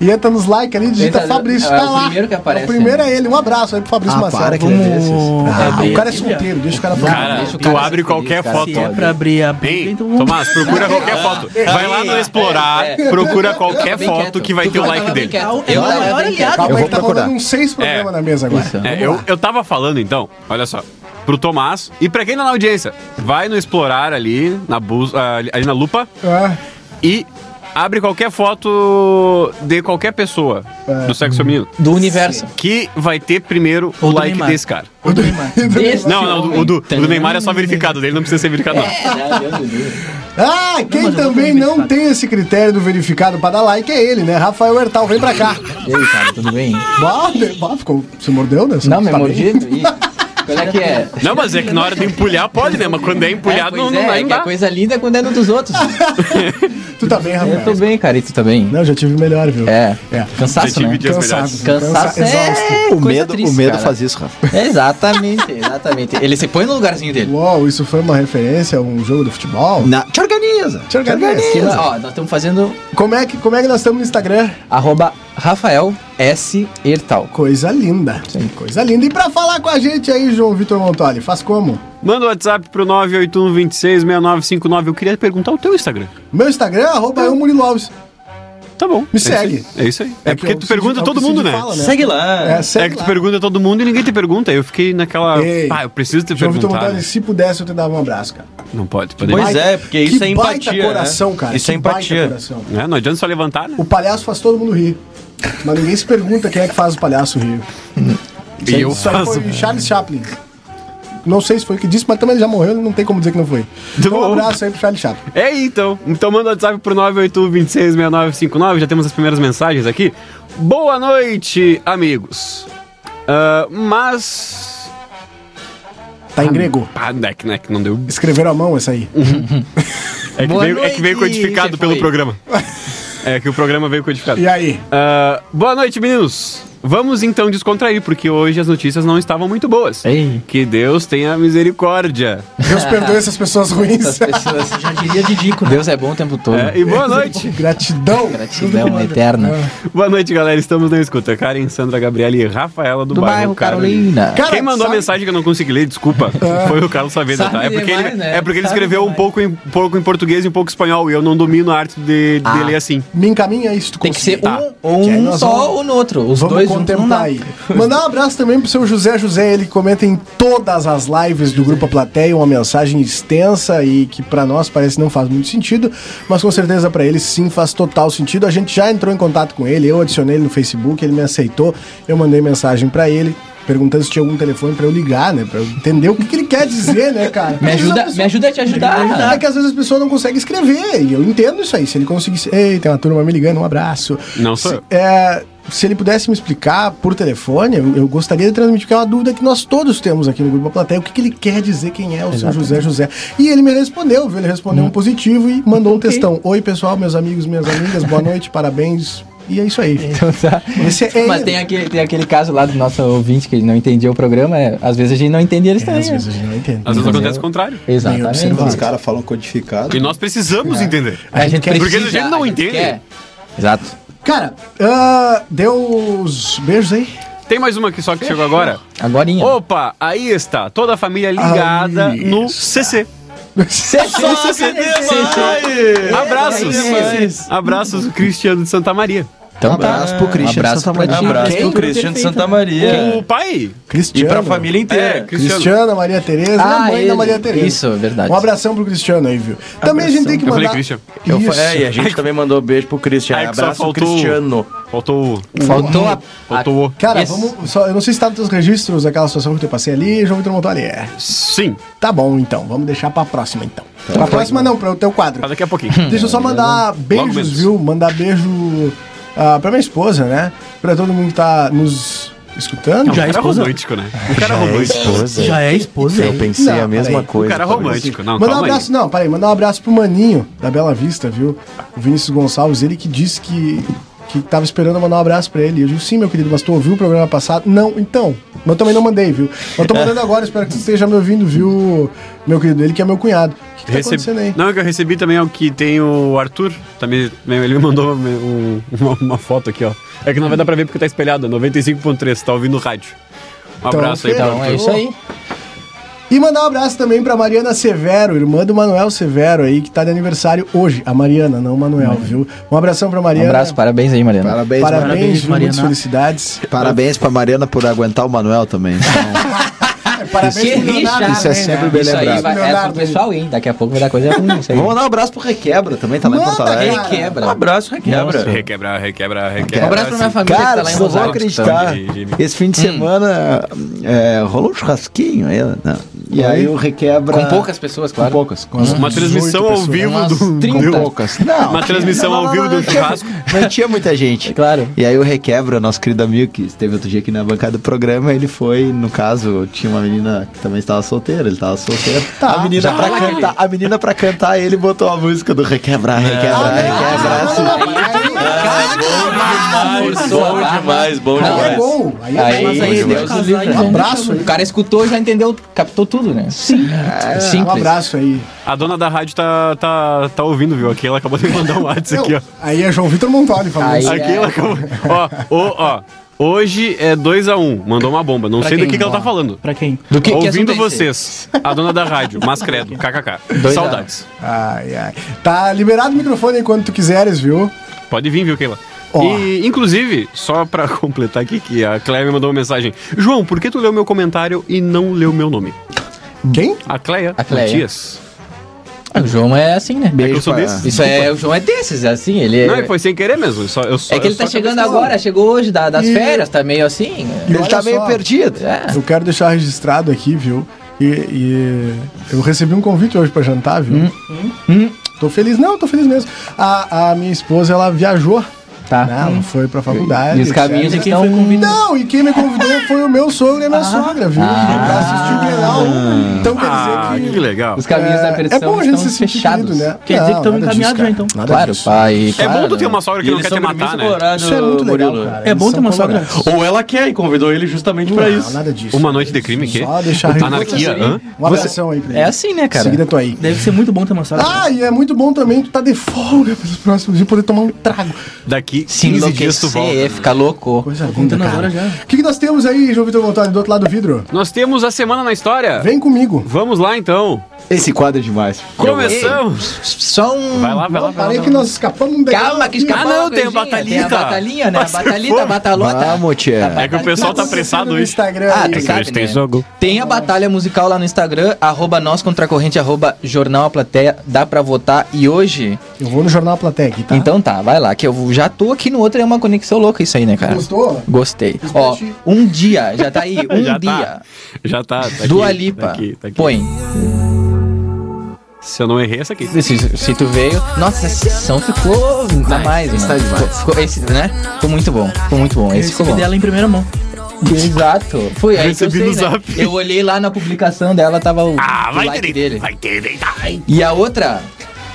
Speaker 2: e entra nos likes ali, digita
Speaker 5: Entra-
Speaker 2: Fabrício,
Speaker 5: é
Speaker 2: tá
Speaker 5: o
Speaker 2: lá.
Speaker 5: primeiro que aparece, né? tá
Speaker 2: O primeiro é ele. Um abraço aí pro Fabrício
Speaker 4: Ah,
Speaker 2: Maciel.
Speaker 4: para que ele é desses.
Speaker 7: Vamos.
Speaker 2: Ah, o cara é
Speaker 5: Abrir.
Speaker 2: solteiro, deixa o cara falar.
Speaker 3: Cara,
Speaker 5: Ah, deixa o
Speaker 3: tu
Speaker 5: cara ser
Speaker 3: abre
Speaker 5: feliz,
Speaker 3: qualquer
Speaker 5: cara.
Speaker 3: foto.
Speaker 7: Se é pra abrir a briga,
Speaker 3: Ei,
Speaker 5: um
Speaker 7: então vamos.
Speaker 3: Tomás,
Speaker 5: É,
Speaker 3: procura qualquer foto. Vai lá no Explorar, procura qualquer
Speaker 5: Bem
Speaker 3: foto
Speaker 5: quieto.
Speaker 3: que vai
Speaker 5: Tu
Speaker 3: ter o
Speaker 5: vai
Speaker 3: like
Speaker 5: lá, bem
Speaker 3: dele.
Speaker 5: quieto.
Speaker 7: É o
Speaker 5: Eu-
Speaker 7: maior
Speaker 5: eu-
Speaker 7: aliado.
Speaker 2: Calma
Speaker 4: Eu
Speaker 2: aí,
Speaker 4: vou
Speaker 2: tá
Speaker 4: procurar.
Speaker 2: rolando uns seis programas
Speaker 3: É.
Speaker 2: na mesa agora.
Speaker 3: É, eu, eu tava falando então, olha só, pro Tomás e pra quem tá na audiência, vai no Explorar ali, na bus, ali ali na lupa
Speaker 2: Ah,
Speaker 3: e abre qualquer foto de qualquer pessoa
Speaker 2: É.
Speaker 3: do sexo feminino
Speaker 5: Do universo.
Speaker 3: que vai ter primeiro
Speaker 7: Ou
Speaker 3: o
Speaker 7: do
Speaker 3: like
Speaker 7: Neymar.
Speaker 3: desse cara.
Speaker 2: o do Neymar.
Speaker 5: Desse
Speaker 3: Não, não, o do, o
Speaker 5: homem.
Speaker 3: do Neymar é só verificado, dele não precisa ser verificado não.
Speaker 5: É.
Speaker 2: Ah, quem
Speaker 7: mas eu vou
Speaker 2: também
Speaker 7: comer
Speaker 2: não
Speaker 7: verificado.
Speaker 2: tem esse critério do verificado pra dar like é ele, né? Rafael Hertal, vem pra cá.
Speaker 5: E aí, cara, tudo bem?
Speaker 2: Bah, de- bah, ficou, se mordeu, né? Você
Speaker 5: Não, me
Speaker 2: tá bem?
Speaker 5: mordi? Ih, Qual é que é?
Speaker 3: Não, mas é que na hora de empulhar pode, né? Mas quando é
Speaker 5: É,
Speaker 3: empulhado
Speaker 5: pois
Speaker 3: não, não
Speaker 5: é,
Speaker 3: dá,
Speaker 5: é
Speaker 3: não
Speaker 5: que a
Speaker 3: dá.
Speaker 5: coisa linda é quando é no dos outros.
Speaker 2: Tu tá bem,
Speaker 5: Eu tô
Speaker 2: Rafael?
Speaker 5: bem, cara, e tu também?
Speaker 2: Não, já tive melhor, viu?
Speaker 5: É.
Speaker 2: É.
Speaker 5: Cansaço,
Speaker 3: Já
Speaker 5: né?
Speaker 3: tive dias
Speaker 2: Cansado.
Speaker 3: melhores.
Speaker 5: Cansaço é
Speaker 4: O
Speaker 5: coisa
Speaker 4: medo,
Speaker 5: triste,
Speaker 4: o medo
Speaker 5: cara.
Speaker 4: faz isso, Rafa.
Speaker 5: É, Exatamente, exatamente. Ele se põe no lugarzinho dele.
Speaker 2: Uou, isso foi uma referência a um jogo de futebol?
Speaker 4: Na- Te organiza.
Speaker 2: Te organiza.
Speaker 5: Que, ó, nós estamos fazendo
Speaker 2: Como é que, como é que nós estamos no Instagram?
Speaker 5: arroba Rafael S. Ertal.
Speaker 2: Coisa linda. Coisa linda. E pra falar com a gente aí, João Vitor Montoli, faz como?
Speaker 3: Manda o WhatsApp pro 981266959. Eu queria perguntar o teu Instagram.
Speaker 2: Meu Instagram é arroba eu Murilo Alves.
Speaker 3: Tá bom.
Speaker 2: Me
Speaker 3: É
Speaker 2: segue.
Speaker 3: isso aí. É isso aí. É,
Speaker 2: que
Speaker 3: porque
Speaker 2: o
Speaker 3: tu
Speaker 2: Cid-
Speaker 3: pergunta
Speaker 2: é o
Speaker 3: todo
Speaker 2: que o
Speaker 3: mundo,
Speaker 2: Cid
Speaker 3: né?
Speaker 2: fala,
Speaker 6: Segue lá.
Speaker 2: É,
Speaker 3: É
Speaker 2: segue
Speaker 3: que tu
Speaker 2: lá.
Speaker 3: pergunta todo mundo e ninguém te pergunta. Eu fiquei naquela.
Speaker 2: Ei.
Speaker 3: Ah, eu preciso te
Speaker 2: João Vitor
Speaker 3: perguntar. né?
Speaker 2: Montoli, se pudesse eu te dava um abraço, cara.
Speaker 3: Não pode, pode
Speaker 6: Pois
Speaker 3: mais.
Speaker 6: é, porque isso
Speaker 2: que
Speaker 6: é
Speaker 2: baita
Speaker 6: empatia, né?
Speaker 2: coração, cara.
Speaker 6: Isso é
Speaker 2: que baita
Speaker 6: empatia.
Speaker 2: coração.
Speaker 3: É, não adianta só levantar, né?
Speaker 2: O palhaço faz todo mundo rir. Mas ninguém se pergunta quem é que faz o palhaço rir.
Speaker 3: E eu
Speaker 2: Isso aí
Speaker 3: faço.
Speaker 2: foi Charles Chaplin. Não sei se foi o que disse, mas também ele já morreu, não tem como dizer que não foi. Então, um
Speaker 3: bom.
Speaker 2: abraço aí pro Charles Chaplin.
Speaker 3: É então. Então manda o WhatsApp pro 981266959. Já temos as primeiras mensagens aqui. Boa noite, amigos. Ah, mas.
Speaker 2: Tá em grego.
Speaker 3: Ah, não é que- não é que não deu.
Speaker 2: Escreveram a mão essa aí.
Speaker 3: É que,
Speaker 5: Boa
Speaker 3: veio, é que veio
Speaker 5: noite,
Speaker 3: codificado
Speaker 5: você
Speaker 3: pelo
Speaker 5: foi.
Speaker 3: programa. É que o programa veio codificado.
Speaker 2: E aí?
Speaker 3: Ah, boa noite, meninos. Vamos então descontrair, porque hoje as notícias não estavam muito boas.
Speaker 5: Ei.
Speaker 3: Que Deus tenha misericórdia.
Speaker 2: Deus perdoe essas pessoas ruins.
Speaker 5: Essas pessoas.
Speaker 7: Já diria Didico, né?
Speaker 5: Deus é bom o tempo todo.
Speaker 3: É, e boa noite.
Speaker 2: Gratidão.
Speaker 5: Gratidão eterna.
Speaker 3: boa noite, galera. Estamos na escuta. Karen, Sandra, Gabriela e Rafaela do,
Speaker 5: Do bairro Carolina.
Speaker 2: Cara,
Speaker 3: Quem mandou a
Speaker 2: sabe-
Speaker 3: mensagem que eu não consegui ler, desculpa, foi o Carlos Saavedra, tá?
Speaker 5: É. Sabe
Speaker 3: É porque,
Speaker 5: demais,
Speaker 3: ele,
Speaker 5: né?
Speaker 3: é porque ele
Speaker 5: Sabe
Speaker 3: escreveu um
Speaker 5: demais.
Speaker 3: pouco, em, um pouco em português e um pouco espanhol, e eu não domino a arte de, de
Speaker 5: Ah.
Speaker 3: ler assim.
Speaker 2: Me encaminha isso, tu
Speaker 5: Tem que ser
Speaker 2: conseguir.
Speaker 3: Tá.
Speaker 5: um ou
Speaker 2: Que aí
Speaker 5: um
Speaker 2: nós
Speaker 5: só
Speaker 2: vamos-
Speaker 5: ou no outro. Os
Speaker 2: Vamos
Speaker 5: dois juntos não dá.
Speaker 2: contemplar aí. Mandar um abraço também pro seu José José, ele comenta em todas as lives do Grupo A Plateia, uma mensagem extensa e que pra nós parece não faz muito sentido, mas com certeza pra ele sim faz total sentido. A gente já entrou em contato com ele, eu adicionei ele no Facebook, ele me aceitou, eu mandei mensagem pra ele. Perguntando se tinha algum telefone pra eu ligar, né? Pra eu entender o que, que ele quer dizer, né, cara?
Speaker 5: Me
Speaker 2: Às vezes a
Speaker 5: ajuda,
Speaker 2: pessoa-
Speaker 5: me ajuda a te ajudar.
Speaker 2: é que às vezes as pessoas não conseguem escrever, e eu entendo isso aí. Se ele conseguisse. Ei, tem uma turma me ligando, um abraço.
Speaker 3: Não sou
Speaker 2: se,
Speaker 3: eu.
Speaker 2: é, se ele pudesse me explicar por telefone, eu, eu gostaria de transmitir, que é uma dúvida que nós todos temos aqui no Grupo da Plateia. O que, que ele quer dizer quem é o seu José José? E ele me respondeu, viu? Ele respondeu
Speaker 3: Hum.
Speaker 2: um positivo e mandou um textão. Oi, pessoal, meus amigos, minhas amigas, boa noite, parabéns. E é isso aí.
Speaker 5: Então tá.
Speaker 2: Esse é ele.
Speaker 5: Mas tem aquele, tem aquele caso lá do nosso ouvinte que ele não entendia o programa. é, às vezes a gente não entende
Speaker 2: É, às
Speaker 5: eles também. né?
Speaker 2: vezes a gente não entende.
Speaker 3: Às vezes acontece o contrário.
Speaker 5: Exatamente.
Speaker 2: observado.
Speaker 4: Ah, Os caras falam codificado.
Speaker 3: E nós precisamos entender.
Speaker 5: A gente
Speaker 3: Porque
Speaker 5: precisa,
Speaker 3: a gente não entende.
Speaker 5: quer. Exato.
Speaker 2: Cara, ah, deu os beijos aí.
Speaker 3: Tem mais uma aqui só que chegou agora.
Speaker 5: Agorinha.
Speaker 3: Opa, aí está, toda a família ligada
Speaker 2: Aí
Speaker 3: no CC. Abraços. Abraços, Cristiano de Santa Maria.
Speaker 5: Então
Speaker 4: Abraço pro Christian de
Speaker 5: abraço
Speaker 4: Santa
Speaker 5: pra ti.
Speaker 4: Maria.
Speaker 6: Abraço
Speaker 5: Quem?
Speaker 6: pro Christian de Santa Maria.
Speaker 3: O pai.
Speaker 6: E
Speaker 2: Cristiano.
Speaker 6: pra família
Speaker 3: É,
Speaker 6: inteira.
Speaker 3: Cristiano.
Speaker 2: Cristiana, Maria Tereza,
Speaker 5: Ah,
Speaker 2: a mãe
Speaker 5: ele.
Speaker 2: da Maria Tereza.
Speaker 5: Isso, é verdade.
Speaker 2: Um abração pro Cristiano aí, viu? Também a gente tem que
Speaker 3: Eu
Speaker 2: mandar...
Speaker 3: falei Christian.
Speaker 6: Eu fa-
Speaker 2: Isso.
Speaker 6: é, e a gente também mandou beijo pro Christian.
Speaker 3: Aí que só
Speaker 6: Abraço
Speaker 3: faltou- um.
Speaker 6: Cristiano.
Speaker 3: Faltou o.
Speaker 5: Faltou a.
Speaker 3: Faltou o.
Speaker 2: Cara,
Speaker 5: Esse-
Speaker 2: vamos... Só, eu não sei se tá nos teus registros aquela situação que eu te passei ali, João Vitor Montoli. É.
Speaker 3: Sim,
Speaker 2: Tá bom, então. Vamos deixar pra próxima, então. pra próxima não, pra o teu quadro.
Speaker 3: mas daqui a pouquinho.
Speaker 6: Hum.
Speaker 2: Deixa eu só mandar beijos,
Speaker 3: menos.
Speaker 2: viu? Mandar beijo ah, pra minha esposa, né? Pra todo mundo que tá nos escutando.
Speaker 3: O cara é romântico, né? O cara é romântico.
Speaker 7: Já é esposa.
Speaker 6: Eu pensei
Speaker 2: Não,
Speaker 6: a mesma
Speaker 2: peraí.
Speaker 3: O
Speaker 6: coisa.
Speaker 3: cara é
Speaker 6: talvez.
Speaker 3: romântico. Não,
Speaker 2: mandar um
Speaker 3: calma aí.
Speaker 2: abraço, não, peraí, mandar um abraço pro Maninho, da Bela Vista, viu? O Vinícius Gonçalves, ele que disse que, que tava esperando eu mandar um abraço pra ele. Eu digo, sim, meu querido, mas tu ouviu o programa passado? Não, então. Mas eu também não mandei, viu? Mas tô mandando agora, espero que você esteja me ouvindo, viu, meu querido? Ele que é meu cunhado. O que, que tá
Speaker 3: Recebi...
Speaker 2: acontecendo aí?
Speaker 3: Não, que eu recebi também é o que tem o Arthur. Também, também ele me mandou um- uma, uma foto aqui, ó. É que não vai dar pra ver porque tá espelhado. 95.3, tá ouvindo o rádio. Um abraço aí
Speaker 2: ok.
Speaker 3: pra
Speaker 5: Então é isso aí.
Speaker 2: E mandar um abraço também pra Mariana Severo, irmã do Manuel Severo aí, que tá de aniversário hoje. A Mariana, não o Manuel, viu? Um abração pra
Speaker 5: Um
Speaker 2: Mariana.
Speaker 5: abraço, parabéns aí, Mariana.
Speaker 4: Parabéns,
Speaker 2: Parabéns,
Speaker 4: Mariana.
Speaker 7: Parabéns,
Speaker 2: viu? muitas
Speaker 7: Mariana.
Speaker 2: felicidades.
Speaker 4: Parabéns pra Mariana por aguentar o Manuel também.
Speaker 2: Parabéns
Speaker 5: Que
Speaker 2: pro Leonardo,
Speaker 5: rixa,
Speaker 4: Isso é
Speaker 2: né?
Speaker 4: sempre bem
Speaker 5: Isso aí
Speaker 4: lembrado.
Speaker 5: vai, é pro
Speaker 2: Leonardo.
Speaker 5: pessoal, hein? Daqui a pouco vai dar coisa ruim isso aí.
Speaker 4: Vamos mandar um abraço pro Requebra também, tá lá em
Speaker 2: Manda,
Speaker 4: Porto Alegre.
Speaker 2: cara.
Speaker 5: Requebra.
Speaker 6: Um abraço, requebra.
Speaker 3: todo. Requebra, requebra, requebra. Assim,
Speaker 5: Um abraço pra minha família que tá
Speaker 4: Cara,
Speaker 5: lá em
Speaker 4: vocês não vão
Speaker 5: Rosário.
Speaker 4: acreditar. Esse
Speaker 5: Hum.
Speaker 4: fim de semana é, rolou um churrasquinho aí, né? E aí o Requebra.
Speaker 5: Com poucas pessoas,
Speaker 4: Com
Speaker 5: claro.
Speaker 4: poucas. Com
Speaker 3: Uma transmissão ao vivo do.
Speaker 5: 30.
Speaker 3: do-
Speaker 4: poucas. Não.
Speaker 3: Uma transmissão
Speaker 4: Não,
Speaker 3: ao
Speaker 4: não,
Speaker 3: vivo
Speaker 4: não,
Speaker 3: do
Speaker 4: não tinha-
Speaker 3: churrasco.
Speaker 4: Não tinha muita gente.
Speaker 5: Claro.
Speaker 4: E aí o Requebra, nosso querido amigo que esteve outro dia aqui na bancada do programa, ele foi, no caso, tinha uma menina que também estava solteira, ele estava solteiro. a, menina pra cantar, a menina pra cantar, ele botou a música do Requebra, Requebra, Requebra. assim.
Speaker 6: Bom demais, bom
Speaker 5: Não,
Speaker 2: Aí é
Speaker 6: demais.
Speaker 2: bom. Aí é
Speaker 5: Aí,
Speaker 2: bom.
Speaker 5: mas aí Deus nos livre, né?
Speaker 2: Um abraço aí.
Speaker 5: O cara escutou e já entendeu, captou tudo, né? Sim.
Speaker 2: Um
Speaker 5: Simples.
Speaker 2: abraço aí.
Speaker 3: A dona da rádio tá, tá, tá ouvindo, viu? Aqui ela acabou de mandar um WhatsApp aqui, ó.
Speaker 2: Aí é João Vitor Montoli falando
Speaker 5: Aí
Speaker 2: isso.
Speaker 5: é.
Speaker 3: Aqui ela acabou. Ó, ô, ó. Hoje é 2x1. Mandou uma bomba. Não sei do
Speaker 7: quem?
Speaker 3: que, que ela tá falando.
Speaker 7: Pra quem?
Speaker 5: Do que, que assunto
Speaker 3: Ouvindo
Speaker 5: é esse?
Speaker 3: vocês, a dona da rádio, mas credo, kkk.
Speaker 5: Dois um.
Speaker 3: Saudades.
Speaker 2: Ai, ai. Tá liberado o microfone enquanto tu quiseres, viu?
Speaker 3: Pode vir, viu, Keila?
Speaker 2: Ó.
Speaker 3: E, inclusive, só pra completar aqui, que a Cleia me mandou uma mensagem. João, por que tu leu meu comentário e não leu meu nome?
Speaker 2: Quem?
Speaker 3: A Cleia,
Speaker 5: A Cleia.
Speaker 3: Matias.
Speaker 5: Ah, O João é assim, né?
Speaker 3: É que eu sou
Speaker 4: pra-
Speaker 3: desses.
Speaker 5: Isso é, o João é desses, é assim, ele é...
Speaker 3: Não, foi sem querer mesmo. Só, eu só,
Speaker 5: é que ele
Speaker 3: eu
Speaker 5: tá
Speaker 3: só-
Speaker 5: chegando agora, chegou hoje da- das
Speaker 2: E-
Speaker 5: férias, tá meio assim.
Speaker 2: E
Speaker 4: Ele
Speaker 2: olha
Speaker 4: tá meio
Speaker 2: só,
Speaker 4: perdido.
Speaker 5: É.
Speaker 2: Eu quero deixar registrado aqui, viu? E, e eu recebi um convite hoje pra
Speaker 5: Hum.
Speaker 2: Hum. jantar, viu? Tô feliz, não, tô feliz mesmo. A, a minha esposa, ela viajou
Speaker 5: Tá.
Speaker 2: Não, não foi pra faculdade.
Speaker 5: e os
Speaker 2: etc.
Speaker 5: caminhos Ah.
Speaker 7: Quem
Speaker 5: estão...
Speaker 7: foi convidado?
Speaker 2: Não, e quem me convidou foi o meu sogro e a minha sogra, viu?
Speaker 5: Ah.
Speaker 2: pra assistir o Grenal. Então quer dizer
Speaker 3: Ah,
Speaker 2: que...
Speaker 3: que legal.
Speaker 5: Os caminhos da
Speaker 2: é, é
Speaker 5: perdição
Speaker 2: bom a gente se
Speaker 5: estão
Speaker 2: sentir
Speaker 5: fechados.
Speaker 2: querido, né?
Speaker 7: Quer dizer que estamos
Speaker 2: nada disso,
Speaker 7: encaminhados já,
Speaker 2: cara.
Speaker 7: então.
Speaker 2: Nada
Speaker 5: Claro,
Speaker 2: disso.
Speaker 5: pai.
Speaker 3: É bom tu ter uma
Speaker 5: uma
Speaker 3: sogra que não quer te matar, né?
Speaker 2: Isso é muito legal, cara.
Speaker 7: É bom ter uma sogra.
Speaker 6: Ou ela quer e convidou ele justamente pra
Speaker 2: Não,
Speaker 6: isso.
Speaker 2: nada disso.
Speaker 3: Uma noite de crime, que?
Speaker 2: Só deixar
Speaker 3: Anarquia, hã?
Speaker 2: Uma abração aí pra ele.
Speaker 5: É assim, né, cara?
Speaker 2: Seguida tô aí.
Speaker 7: Deve ser muito bom ter uma sogra.
Speaker 2: Ah, e é muito bom também tu tá de folga pelos próximos dias poder tomar um trago.
Speaker 3: Daqui
Speaker 5: Se
Speaker 3: 15 dias tu volta. né?
Speaker 5: enlouquecer, é fica louco.
Speaker 2: Coisa linda,
Speaker 7: contando as
Speaker 2: cara.
Speaker 7: horas já.
Speaker 2: O que, que nós temos aí, João Vitor Montoni, do outro lado do vidro?
Speaker 3: Nós temos a semana na história.
Speaker 2: Vem comigo.
Speaker 3: Vamos lá então.
Speaker 4: Esse quadro é demais.
Speaker 3: Começamos.
Speaker 5: Só um...
Speaker 3: Vai lá, vai lá, vai
Speaker 2: Parei
Speaker 3: lá.
Speaker 2: que nós escapamos um degrau
Speaker 5: Calma, que
Speaker 2: aqui.
Speaker 5: escapou
Speaker 3: Ah, não,
Speaker 5: uma
Speaker 3: tem a
Speaker 5: coisinha,
Speaker 3: batalhita.
Speaker 5: Tem a batalhinha, né? A batalhita, a batalota.
Speaker 4: Vamos, tchê.
Speaker 3: É que o pessoal tá apressado
Speaker 2: no
Speaker 3: hoje.
Speaker 2: Instagram
Speaker 5: Ah,
Speaker 2: aí.
Speaker 5: tu sabe,
Speaker 3: Tem
Speaker 5: né?
Speaker 3: jogo.
Speaker 5: Tem a batalha musical lá no Instagram, arroba nós contra a corrente, arroba jornal a plateia, dá pra votar. E hoje,
Speaker 2: Eu vou no Jornal Platec, tá?
Speaker 5: então tá, vai lá, que eu já tô aqui no outro, é uma conexão louca isso aí, né, cara?
Speaker 2: Gostou?
Speaker 5: Gostei.
Speaker 2: Fiz pra
Speaker 5: Ó,
Speaker 2: ti.
Speaker 5: um dia, já tá aí, um
Speaker 3: Já
Speaker 5: dia.
Speaker 3: tá. Já tá. tá aqui,
Speaker 5: Dua Lipa,
Speaker 3: tá aqui, tá aqui.
Speaker 5: põe.
Speaker 3: Se eu não errei, essa aqui.
Speaker 5: Se, se tu veio. Nossa, essa sessão ficou ainda mais, mano.
Speaker 2: tá
Speaker 4: está demais.
Speaker 5: Ficou, ficou- esse, né? Ficou muito bom. Ficou muito bom. Esse ficou
Speaker 7: Recebi
Speaker 5: bom.
Speaker 7: dela em primeira mão.
Speaker 5: Exato. Foi aí
Speaker 3: Recebi
Speaker 5: que eu
Speaker 3: no
Speaker 5: sei, né?
Speaker 3: zap.
Speaker 5: Eu olhei lá na publicação dela, tava o,
Speaker 3: Ah,
Speaker 5: o
Speaker 3: vai
Speaker 5: like
Speaker 3: ter
Speaker 5: dele.
Speaker 3: Vai ter
Speaker 5: E a outra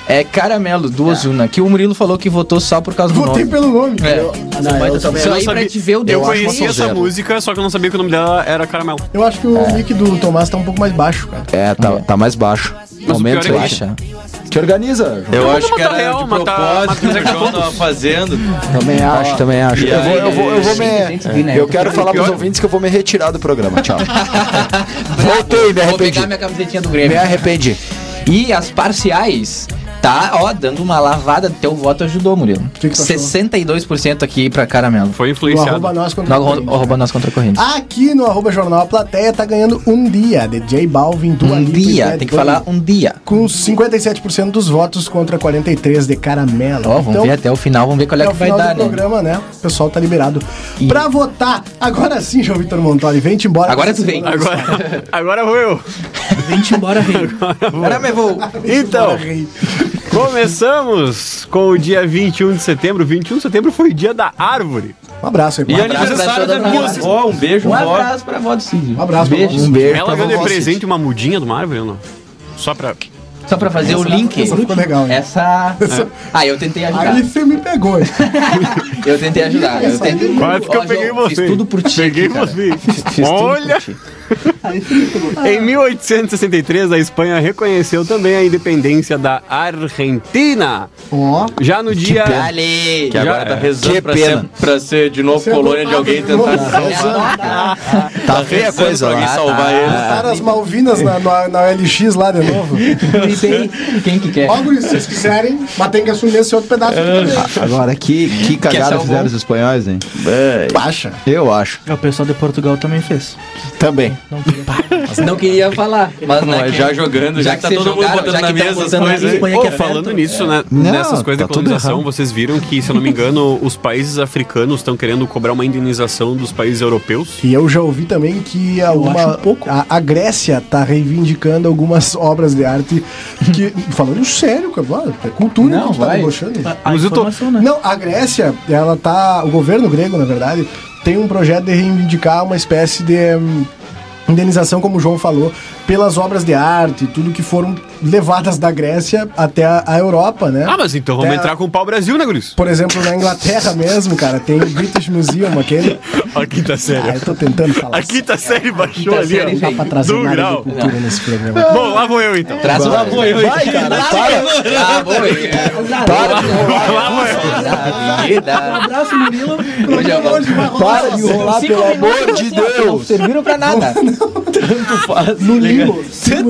Speaker 5: é Caramelo, do Ozuna, que o Murilo falou que votou só por causa do
Speaker 2: Votei
Speaker 5: nome.
Speaker 2: pelo nome.
Speaker 5: É.
Speaker 2: Ah, Eu,
Speaker 7: tá
Speaker 5: Isso aí pra te ver o
Speaker 3: Eu
Speaker 5: Deus.
Speaker 3: conheci essa
Speaker 4: zero.
Speaker 3: música, só que eu não sabia que o nome dela era Caramelo.
Speaker 2: eu acho que o
Speaker 5: É.
Speaker 2: nick do Tomás tá um pouco mais baixo, cara.
Speaker 4: É, tá, tá mais baixo.
Speaker 3: o
Speaker 4: Aumenta
Speaker 3: pior é que-
Speaker 4: aí.
Speaker 5: Baixa.
Speaker 4: Te organiza. João.
Speaker 6: Eu
Speaker 3: Vamos
Speaker 6: acho que
Speaker 3: matar
Speaker 6: era
Speaker 3: real,
Speaker 6: de
Speaker 3: matar-
Speaker 6: propósito
Speaker 3: matar
Speaker 6: que o João tava fazendo.
Speaker 4: Também acho, também acho.
Speaker 6: E
Speaker 4: Eu vou,
Speaker 6: aí-
Speaker 4: eu vou, eu vou me.
Speaker 5: Tem que vir, né?
Speaker 4: Eu quero falar pros ouvintes que eu vou me retirar do programa. Tchau. Voltei, né? me
Speaker 5: Vou pegar
Speaker 4: arrependi.
Speaker 5: minha camisetinha do
Speaker 4: Me
Speaker 5: Grêmio.
Speaker 4: arrependi.
Speaker 5: E as parciais, tá, ó, dando uma lavada. Teu voto ajudou, Murilo.
Speaker 2: que tu achou?
Speaker 5: 62% aqui pra Caramelo.
Speaker 3: Foi
Speaker 2: No
Speaker 3: influenciado.
Speaker 2: arroba nós contra
Speaker 5: Nós
Speaker 2: a corrente.
Speaker 5: arro- arroba nós contra a corrente.
Speaker 2: Aqui no arroba jornal a plateia tá ganhando um dia de J Balvin, Dua
Speaker 5: Um
Speaker 2: Lipa e
Speaker 5: dia,
Speaker 2: Bad
Speaker 5: tem que
Speaker 2: Bunny,
Speaker 5: falar um dia.
Speaker 2: Com 57% dos votos contra 43% de Caramelo.
Speaker 5: Ó, vamos ver até o final, vamos ver qual é
Speaker 2: até
Speaker 5: que
Speaker 2: o
Speaker 5: Então, vai
Speaker 2: final
Speaker 5: dar,
Speaker 2: do
Speaker 5: né?
Speaker 2: programa, né? O pessoal tá liberado
Speaker 5: E-
Speaker 2: pra votar. Agora sim, João Vitor Montoli, vem-te embora.
Speaker 5: Agora tu vem.
Speaker 3: Agora, agora vou eu.
Speaker 7: Vem-te embora, rei.
Speaker 5: Agora me vou.
Speaker 3: Então, começamos com o dia 21 de setembro. 21 de setembro foi o dia da árvore. é
Speaker 2: Um abraço aí,
Speaker 6: E
Speaker 2: pra
Speaker 6: aniversário
Speaker 5: pra
Speaker 6: da
Speaker 5: toda
Speaker 6: minha
Speaker 5: a
Speaker 6: avó, um beijo,
Speaker 5: Um
Speaker 6: vó.
Speaker 5: abraço pra vó do Cid.
Speaker 2: Um abraço pra
Speaker 5: beijo.
Speaker 2: vó.
Speaker 4: Um beijo
Speaker 3: Ela
Speaker 4: pra
Speaker 3: ganhou de
Speaker 4: vovó.
Speaker 3: presente uma mudinha de uma árvore ou não? Só pra.
Speaker 5: Só pra fazer o link.
Speaker 2: essa ficou legal, né?
Speaker 5: Essa. Ah, eu tentei ajudar.
Speaker 2: Aí você me pegou. hein?
Speaker 5: Eu tentei ajudar. Eu tentei.
Speaker 3: Quase é que
Speaker 5: Ó,
Speaker 3: eu peguei
Speaker 5: João,
Speaker 3: você.
Speaker 5: Fiz tudo por ti.
Speaker 3: Peguei
Speaker 5: cara.
Speaker 3: você.
Speaker 5: Fiz tudo por
Speaker 3: Olha!
Speaker 5: ti.
Speaker 3: Em 1863, a Espanha reconheceu também a independência da Argentina.
Speaker 2: Ó.
Speaker 3: Já no dia.
Speaker 5: Dale.
Speaker 6: Que agora tá
Speaker 4: Que
Speaker 6: rezando pra ser,
Speaker 4: pena.
Speaker 6: pra ser de novo
Speaker 5: é
Speaker 6: colônia de alguém tentar salvar.
Speaker 4: Tá feia a
Speaker 6: rezando
Speaker 4: coisa
Speaker 6: pra alguém
Speaker 4: lá.
Speaker 6: salvar eles.
Speaker 5: Ah,
Speaker 2: Botaram as Malvinas na, na, na LX lá de novo.
Speaker 5: Quem que quer?
Speaker 2: Ó, guris, se vocês quiserem, mas tem que assumir esse outro pedaço aqui
Speaker 4: Agora, que, que cagada
Speaker 5: salvar?
Speaker 4: fizeram os espanhóis, hein?
Speaker 2: também. Baixa.
Speaker 4: Eu acho.
Speaker 7: O pessoal de Portugal também fez.
Speaker 4: Também.
Speaker 5: Não queria falar. Mas
Speaker 6: Não,
Speaker 5: né,
Speaker 6: é
Speaker 5: que-
Speaker 6: já jogando, já, que
Speaker 5: já que
Speaker 6: tá
Speaker 5: vocês
Speaker 6: todo mundo
Speaker 5: jogaram,
Speaker 6: botando
Speaker 5: já
Speaker 6: na
Speaker 5: que tá
Speaker 6: mesa as
Speaker 5: botando na
Speaker 6: coisas.
Speaker 5: mesa,
Speaker 7: Espanha
Speaker 3: Pô,
Speaker 7: que é
Speaker 3: falando
Speaker 7: perto.
Speaker 3: nisso, né?
Speaker 4: Não,
Speaker 3: nessas coisas
Speaker 4: tá
Speaker 3: de
Speaker 4: tudo
Speaker 3: colonização,
Speaker 4: errado.
Speaker 3: vocês viram que, se eu não me engano, os países africanos estão querendo cobrar uma indenização dos países europeus.
Speaker 2: E eu já ouvi também que alguma,
Speaker 7: acho um pouco.
Speaker 2: A, a Grécia tá reivindicando algumas obras de arte que. falando sério, cara, olha, é cultura
Speaker 5: Não,
Speaker 2: que tu tá
Speaker 5: vai.
Speaker 2: debochando.
Speaker 7: A
Speaker 3: Mas eu tô-
Speaker 7: informação, né?
Speaker 2: Não, a Grécia, ela tá. O governo grego, na verdade, tem um projeto de reivindicar uma espécie de. hum, Indenização, como o João falou, pelas obras de arte, tudo que foram levadas da Grécia até a, a Europa,
Speaker 5: É.
Speaker 2: né?
Speaker 3: Ah, mas então vamos
Speaker 2: Terra.
Speaker 3: entrar com o pau-brasil, né, Guris?
Speaker 2: Por exemplo, na Inglaterra mesmo, cara, tem o British Museum, aquele.
Speaker 3: Aqui tá
Speaker 2: Ah,
Speaker 3: sério.
Speaker 2: eu tô tentando falar.
Speaker 3: Aqui tá sério, baixou
Speaker 5: Quinta
Speaker 3: ali,
Speaker 5: série,
Speaker 3: ó.
Speaker 5: gente.
Speaker 2: Dá pra trazer
Speaker 3: tá Do
Speaker 2: nada
Speaker 3: grau.
Speaker 2: de cultura nesse programa.
Speaker 3: Bom, lá vou eu Tá então.
Speaker 5: Traz uma.
Speaker 4: Vai, cara. Para.
Speaker 5: Ah, boa.
Speaker 3: Lá vou eu.
Speaker 5: Da vida.
Speaker 7: Um Abraço, Murilo.
Speaker 5: Hoje é uma-
Speaker 4: Para de rolar,
Speaker 5: Cinco
Speaker 4: pelo amor
Speaker 5: minutos,
Speaker 4: de
Speaker 5: assim, ó, Não
Speaker 4: Deus.
Speaker 5: serviram pra nada.
Speaker 2: No Limo.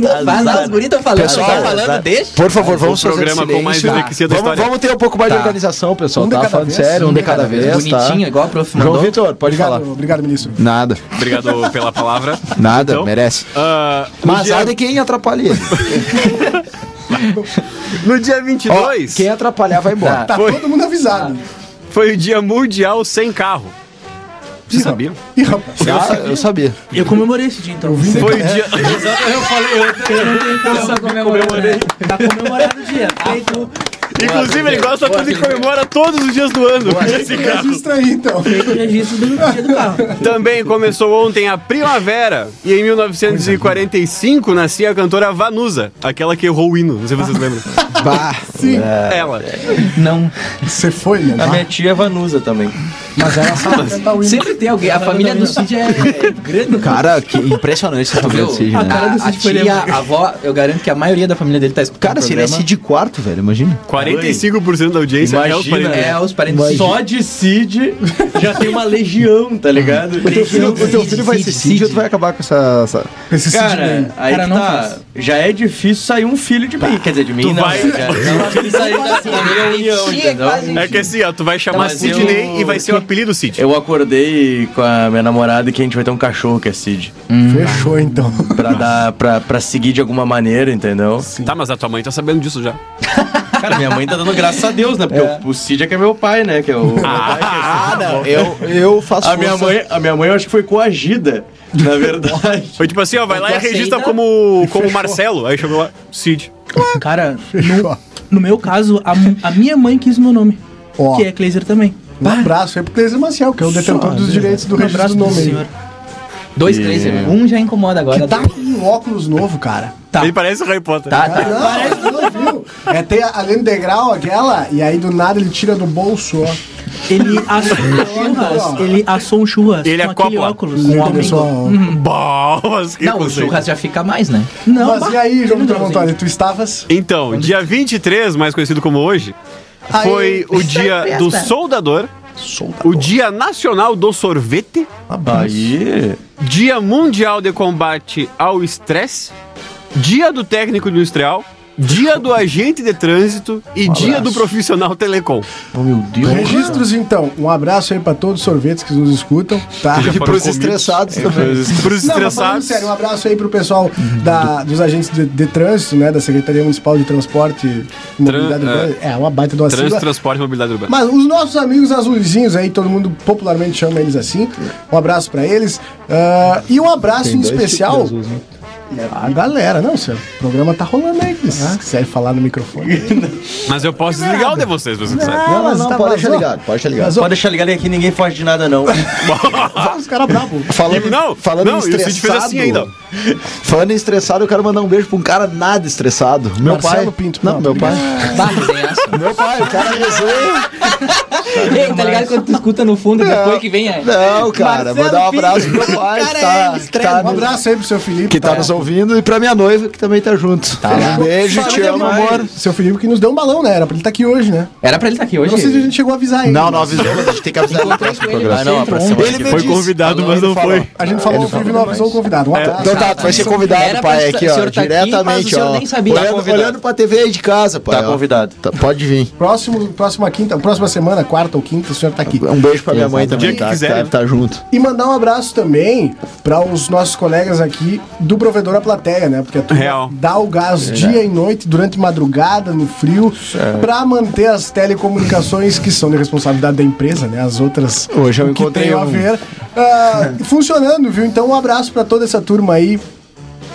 Speaker 7: tá
Speaker 5: Mas lá os guris estão falando,
Speaker 4: Pessoal,
Speaker 5: tá falando, deixa.
Speaker 4: Por favor, vamos
Speaker 3: O programa
Speaker 4: fazer
Speaker 3: com mais
Speaker 4: silêncio. né?
Speaker 3: dislexia da
Speaker 4: vamos,
Speaker 3: história.
Speaker 4: vamos ter um pouco mais de
Speaker 5: Tá.
Speaker 4: organização, pessoal.
Speaker 2: Um de
Speaker 4: tá
Speaker 2: cada
Speaker 4: falando
Speaker 2: vez,
Speaker 4: sério, um de cada vez.
Speaker 5: Bonitinho,
Speaker 4: tá?
Speaker 5: igual o prof
Speaker 4: João
Speaker 5: mandou.
Speaker 4: Vitor, pode
Speaker 2: Obrigado,
Speaker 4: falar.
Speaker 2: obrigado, ministro.
Speaker 4: Nada,
Speaker 3: Obrigado pela palavra.
Speaker 4: nada,
Speaker 3: Então,
Speaker 4: merece.
Speaker 3: ah, no
Speaker 4: Mas
Speaker 3: dia-
Speaker 4: há de quem atrapalha ele.
Speaker 3: no dia
Speaker 4: Ó, é-
Speaker 3: 22
Speaker 4: quem atrapalhar vai embora.
Speaker 2: Tá
Speaker 3: Foi.
Speaker 2: todo mundo avisado.
Speaker 3: foi o dia mundial sem carro. Vocês sabiam?
Speaker 2: Ih, rapaz.
Speaker 4: Eu, sa- eu sabia.
Speaker 7: Eu comemorei esse dia, então.
Speaker 3: Foi
Speaker 4: É.
Speaker 3: o dia.
Speaker 7: Eu não tenho carro. Tá comemorado o dia. Feito.
Speaker 3: Inclusive, ele gosta tudo e comemora todos os dias do ano. Esse
Speaker 2: Tem
Speaker 3: carro.
Speaker 2: registro aí, então.
Speaker 7: Feito o registro do dia do carro.
Speaker 3: Também começou ontem a primavera. E em 1945 nascia a cantora Vanusa, aquela que errou o hino. Não sei se vocês lembram.
Speaker 4: Bah, é.
Speaker 2: Sim.
Speaker 3: Ela.
Speaker 5: Não.
Speaker 2: Você foi, né?
Speaker 6: A minha tia é Vanusa também.
Speaker 5: Mas
Speaker 7: é
Speaker 5: ela sabe.
Speaker 2: Cantar o hino.
Speaker 5: Sempre tem alguém. A
Speaker 7: Tá
Speaker 5: família do Cid é é grande.
Speaker 4: cara, que impressionante
Speaker 6: Tá
Speaker 4: essa família
Speaker 5: Viu?
Speaker 4: do Cid,
Speaker 5: A
Speaker 4: né?
Speaker 5: cara do Ah, a,
Speaker 7: tipo,
Speaker 5: Cid
Speaker 7: é
Speaker 5: foi tia, a avó, eu garanto que a maioria da família dele tá escutando.
Speaker 4: Cara,
Speaker 5: o
Speaker 4: seria
Speaker 7: assim,
Speaker 5: programa.
Speaker 4: Cid quarto, velho, imagina.
Speaker 3: 45% da audiência é os
Speaker 6: Imagina.
Speaker 3: parentes.
Speaker 7: né?
Speaker 5: É, os parentes.
Speaker 6: Só de Cid já tem uma legião,
Speaker 5: Hum.
Speaker 6: tá ligado?
Speaker 4: O teu filho, o teu filho vai ser Cid, ou tu vai acabar com essa... essa-
Speaker 2: Esse Cid Ney.
Speaker 5: né?
Speaker 6: Cara, aí
Speaker 7: Cara,
Speaker 6: que
Speaker 7: não
Speaker 6: tá.
Speaker 7: faz.
Speaker 6: Já é difícil sair um filho de mim. Quer dizer, de mim não,
Speaker 3: vai-
Speaker 6: né, cara? Não, sair
Speaker 5: tá
Speaker 6: da
Speaker 7: assim?
Speaker 6: família união, entendeu?
Speaker 3: É que assim, ó, tu vai chamar
Speaker 6: Tá, mas
Speaker 3: Sidney
Speaker 6: eu-
Speaker 3: e vai ser o apelido Sid.
Speaker 6: Eu acordei com a minha namorada que a gente vai ter um cachorro que é Cid.
Speaker 2: Fechou, então.
Speaker 6: Pra, dar, pra, pra seguir de alguma maneira, entendeu?
Speaker 3: Tá, mas a tua mãe tá sabendo disso já.
Speaker 6: Cara, minha mãe tá dando graças a Deus, né? Porque o, o Cid é que é meu pai, né? Que é o.
Speaker 4: Ah, não, eu, eu faço
Speaker 6: a, minha
Speaker 4: força-
Speaker 6: mãe, a minha mãe eu acho que foi coagida, na verdade.
Speaker 3: Foi tipo assim, ó, vai lá e
Speaker 5: aceita?
Speaker 3: registra como, como Marcelo. Aí chegou lá, Cid.
Speaker 7: Cara,
Speaker 2: Fechou.
Speaker 7: no meu caso, a, mu- a minha mãe quis meu nome.
Speaker 2: Ó.
Speaker 7: Que é Kleiser também. um
Speaker 2: Um abraço aí pro Cleiser Maciel, que é o detentor dos direitos
Speaker 7: né?
Speaker 2: do registro do nome. aí.
Speaker 5: Dois, três, um já incomoda agora.
Speaker 2: Que tá com um óculos novo, cara.
Speaker 7: Tá.
Speaker 3: Ele parece o Harry Potter.
Speaker 5: Tá, tá.
Speaker 2: Não, não viu? É ter a Lene Degrau, aquela, e aí do nada ele tira do bolso, ó.
Speaker 7: Ele assou um churras. Ele assou um churras
Speaker 3: Ele
Speaker 7: com aquele
Speaker 3: acopla.
Speaker 7: óculos.
Speaker 2: Ele
Speaker 7: Um
Speaker 2: começou
Speaker 7: amigo.
Speaker 2: a-
Speaker 3: Uhum. Bom, mas que
Speaker 5: Não, o
Speaker 3: conceito.
Speaker 5: churras já fica mais, né?
Speaker 7: Não,
Speaker 2: Mas
Speaker 7: bah,
Speaker 2: e aí, João
Speaker 7: ele não
Speaker 2: Tramontoni, tu estavas?
Speaker 3: Então, dia 23, mais conhecido como hoje,
Speaker 2: Aí.
Speaker 3: foi o dia do soldador, o dia nacional do sorvete,
Speaker 6: Aí.
Speaker 3: dia mundial de combate ao estresse, dia do técnico industrial, dia do agente de trânsito e dia do profissional telecom.
Speaker 2: Registros, então. Um abraço aí pra todos os sorvetes que nos escutam, tá?
Speaker 3: Já foram
Speaker 4: E pros
Speaker 3: comidos.
Speaker 4: estressados também.
Speaker 3: Pros
Speaker 2: Não, mas falando
Speaker 3: estressados. Uhum.
Speaker 2: sério, um abraço aí pro pessoal da- dos agentes de, de trânsito, né? Da Secretaria Municipal de Transporte e Mobilidade
Speaker 3: Tran-
Speaker 2: Urbana. É, uma baita doação.
Speaker 3: Trânsito, transporte e mobilidade urbana.
Speaker 2: Mas os nossos amigos azulzinhos aí, todo mundo popularmente chama eles assim. Um abraço pra eles. Ah, e um abraço em especial.
Speaker 4: né?
Speaker 2: A galera, não, senhor. O programa tá rolando aí, Cris. Se quiser falar no microfone.
Speaker 3: Mas, eu posso desligar o de vocês, vocês que sabem.
Speaker 4: Não, tá não, não, pode deixar
Speaker 2: vazou.
Speaker 4: ligado, pode deixar ligado.
Speaker 2: Vazou.
Speaker 6: Pode deixar ligado aqui, ninguém foge de nada, não.
Speaker 2: Ah, os caras bravos.
Speaker 4: Falando,
Speaker 3: Não,
Speaker 4: falando
Speaker 3: não,
Speaker 4: em
Speaker 3: e o Cid
Speaker 4: estressado,
Speaker 3: fez assim ainda, ó.
Speaker 4: falando em estressado, eu quero mandar um beijo pra um cara nada estressado. Meu
Speaker 2: Marcelo
Speaker 4: pai.
Speaker 2: Pinto,
Speaker 4: não,
Speaker 2: pronto,
Speaker 4: meu pai.
Speaker 5: Bah,
Speaker 7: é
Speaker 5: resenhaço.
Speaker 4: Meu pai, o cara resenha.
Speaker 5: Ei, tá ligado quando tu escuta no fundo, depois que vem é.
Speaker 4: Não, cara,
Speaker 5: Marcelo
Speaker 4: mandar um abraço
Speaker 5: Pinto.
Speaker 4: pro meu pai que tá, que tá
Speaker 2: Um
Speaker 4: no-
Speaker 2: abraço aí pro seu Felipe.
Speaker 4: que tá nos ouvindo e pra minha noiva que também tá junto. Um beijo, te amo, amor.
Speaker 2: Seu Felipe que nos deu um balão, né? Era pra ele estar aqui hoje, né?
Speaker 5: Era pra ele estar aqui
Speaker 2: Eu
Speaker 5: hoje. tá
Speaker 2: não sei se a gente chegou a avisar ele.
Speaker 4: Não, não avisamos, a gente tem que avisar no próximo programa.
Speaker 6: Ah, não, a
Speaker 5: um.
Speaker 2: um
Speaker 6: próxima
Speaker 4: Ele me
Speaker 3: Foi
Speaker 4: disse.
Speaker 3: convidado, mas não foi.
Speaker 2: A gente falou ao vivo e não avisou o convidado. Um abraço.
Speaker 4: Então tá, tu vai ser
Speaker 5: Era
Speaker 4: convidado,
Speaker 5: pra
Speaker 4: pai,
Speaker 5: o
Speaker 4: aqui, ó,
Speaker 5: senhor tá aqui, mas o
Speaker 4: diretamente,
Speaker 5: senhor
Speaker 4: ó.
Speaker 5: nem sabia. Tá
Speaker 4: Olhando,
Speaker 5: convidado.
Speaker 4: olhando pra TV aí de casa, pai.
Speaker 6: Tá
Speaker 4: ó.
Speaker 6: convidado.
Speaker 4: Tá- Pode vir.
Speaker 2: Próximo, próxima quinta, próxima semana, quarta ou quinta, o senhor tá aqui.
Speaker 4: Um beijo pra minha mãe também,
Speaker 3: Dia que
Speaker 4: tá?
Speaker 3: quiser,
Speaker 4: que tá,
Speaker 3: né?
Speaker 4: tá junto.
Speaker 2: E mandar um abraço também para os nossos colegas aqui do provedor à plateia, né? Porque a turma
Speaker 3: Real.
Speaker 2: dá o gás dia e noite, durante madrugada, no frio, para manter as telecomunicações que são de responsabilidade da empresa, né? As outras
Speaker 4: Hoje eu
Speaker 2: que
Speaker 4: encontrei
Speaker 2: tem a
Speaker 4: um.
Speaker 2: ver. ah, funcionando, viu? Então um abraço para toda essa turma aí,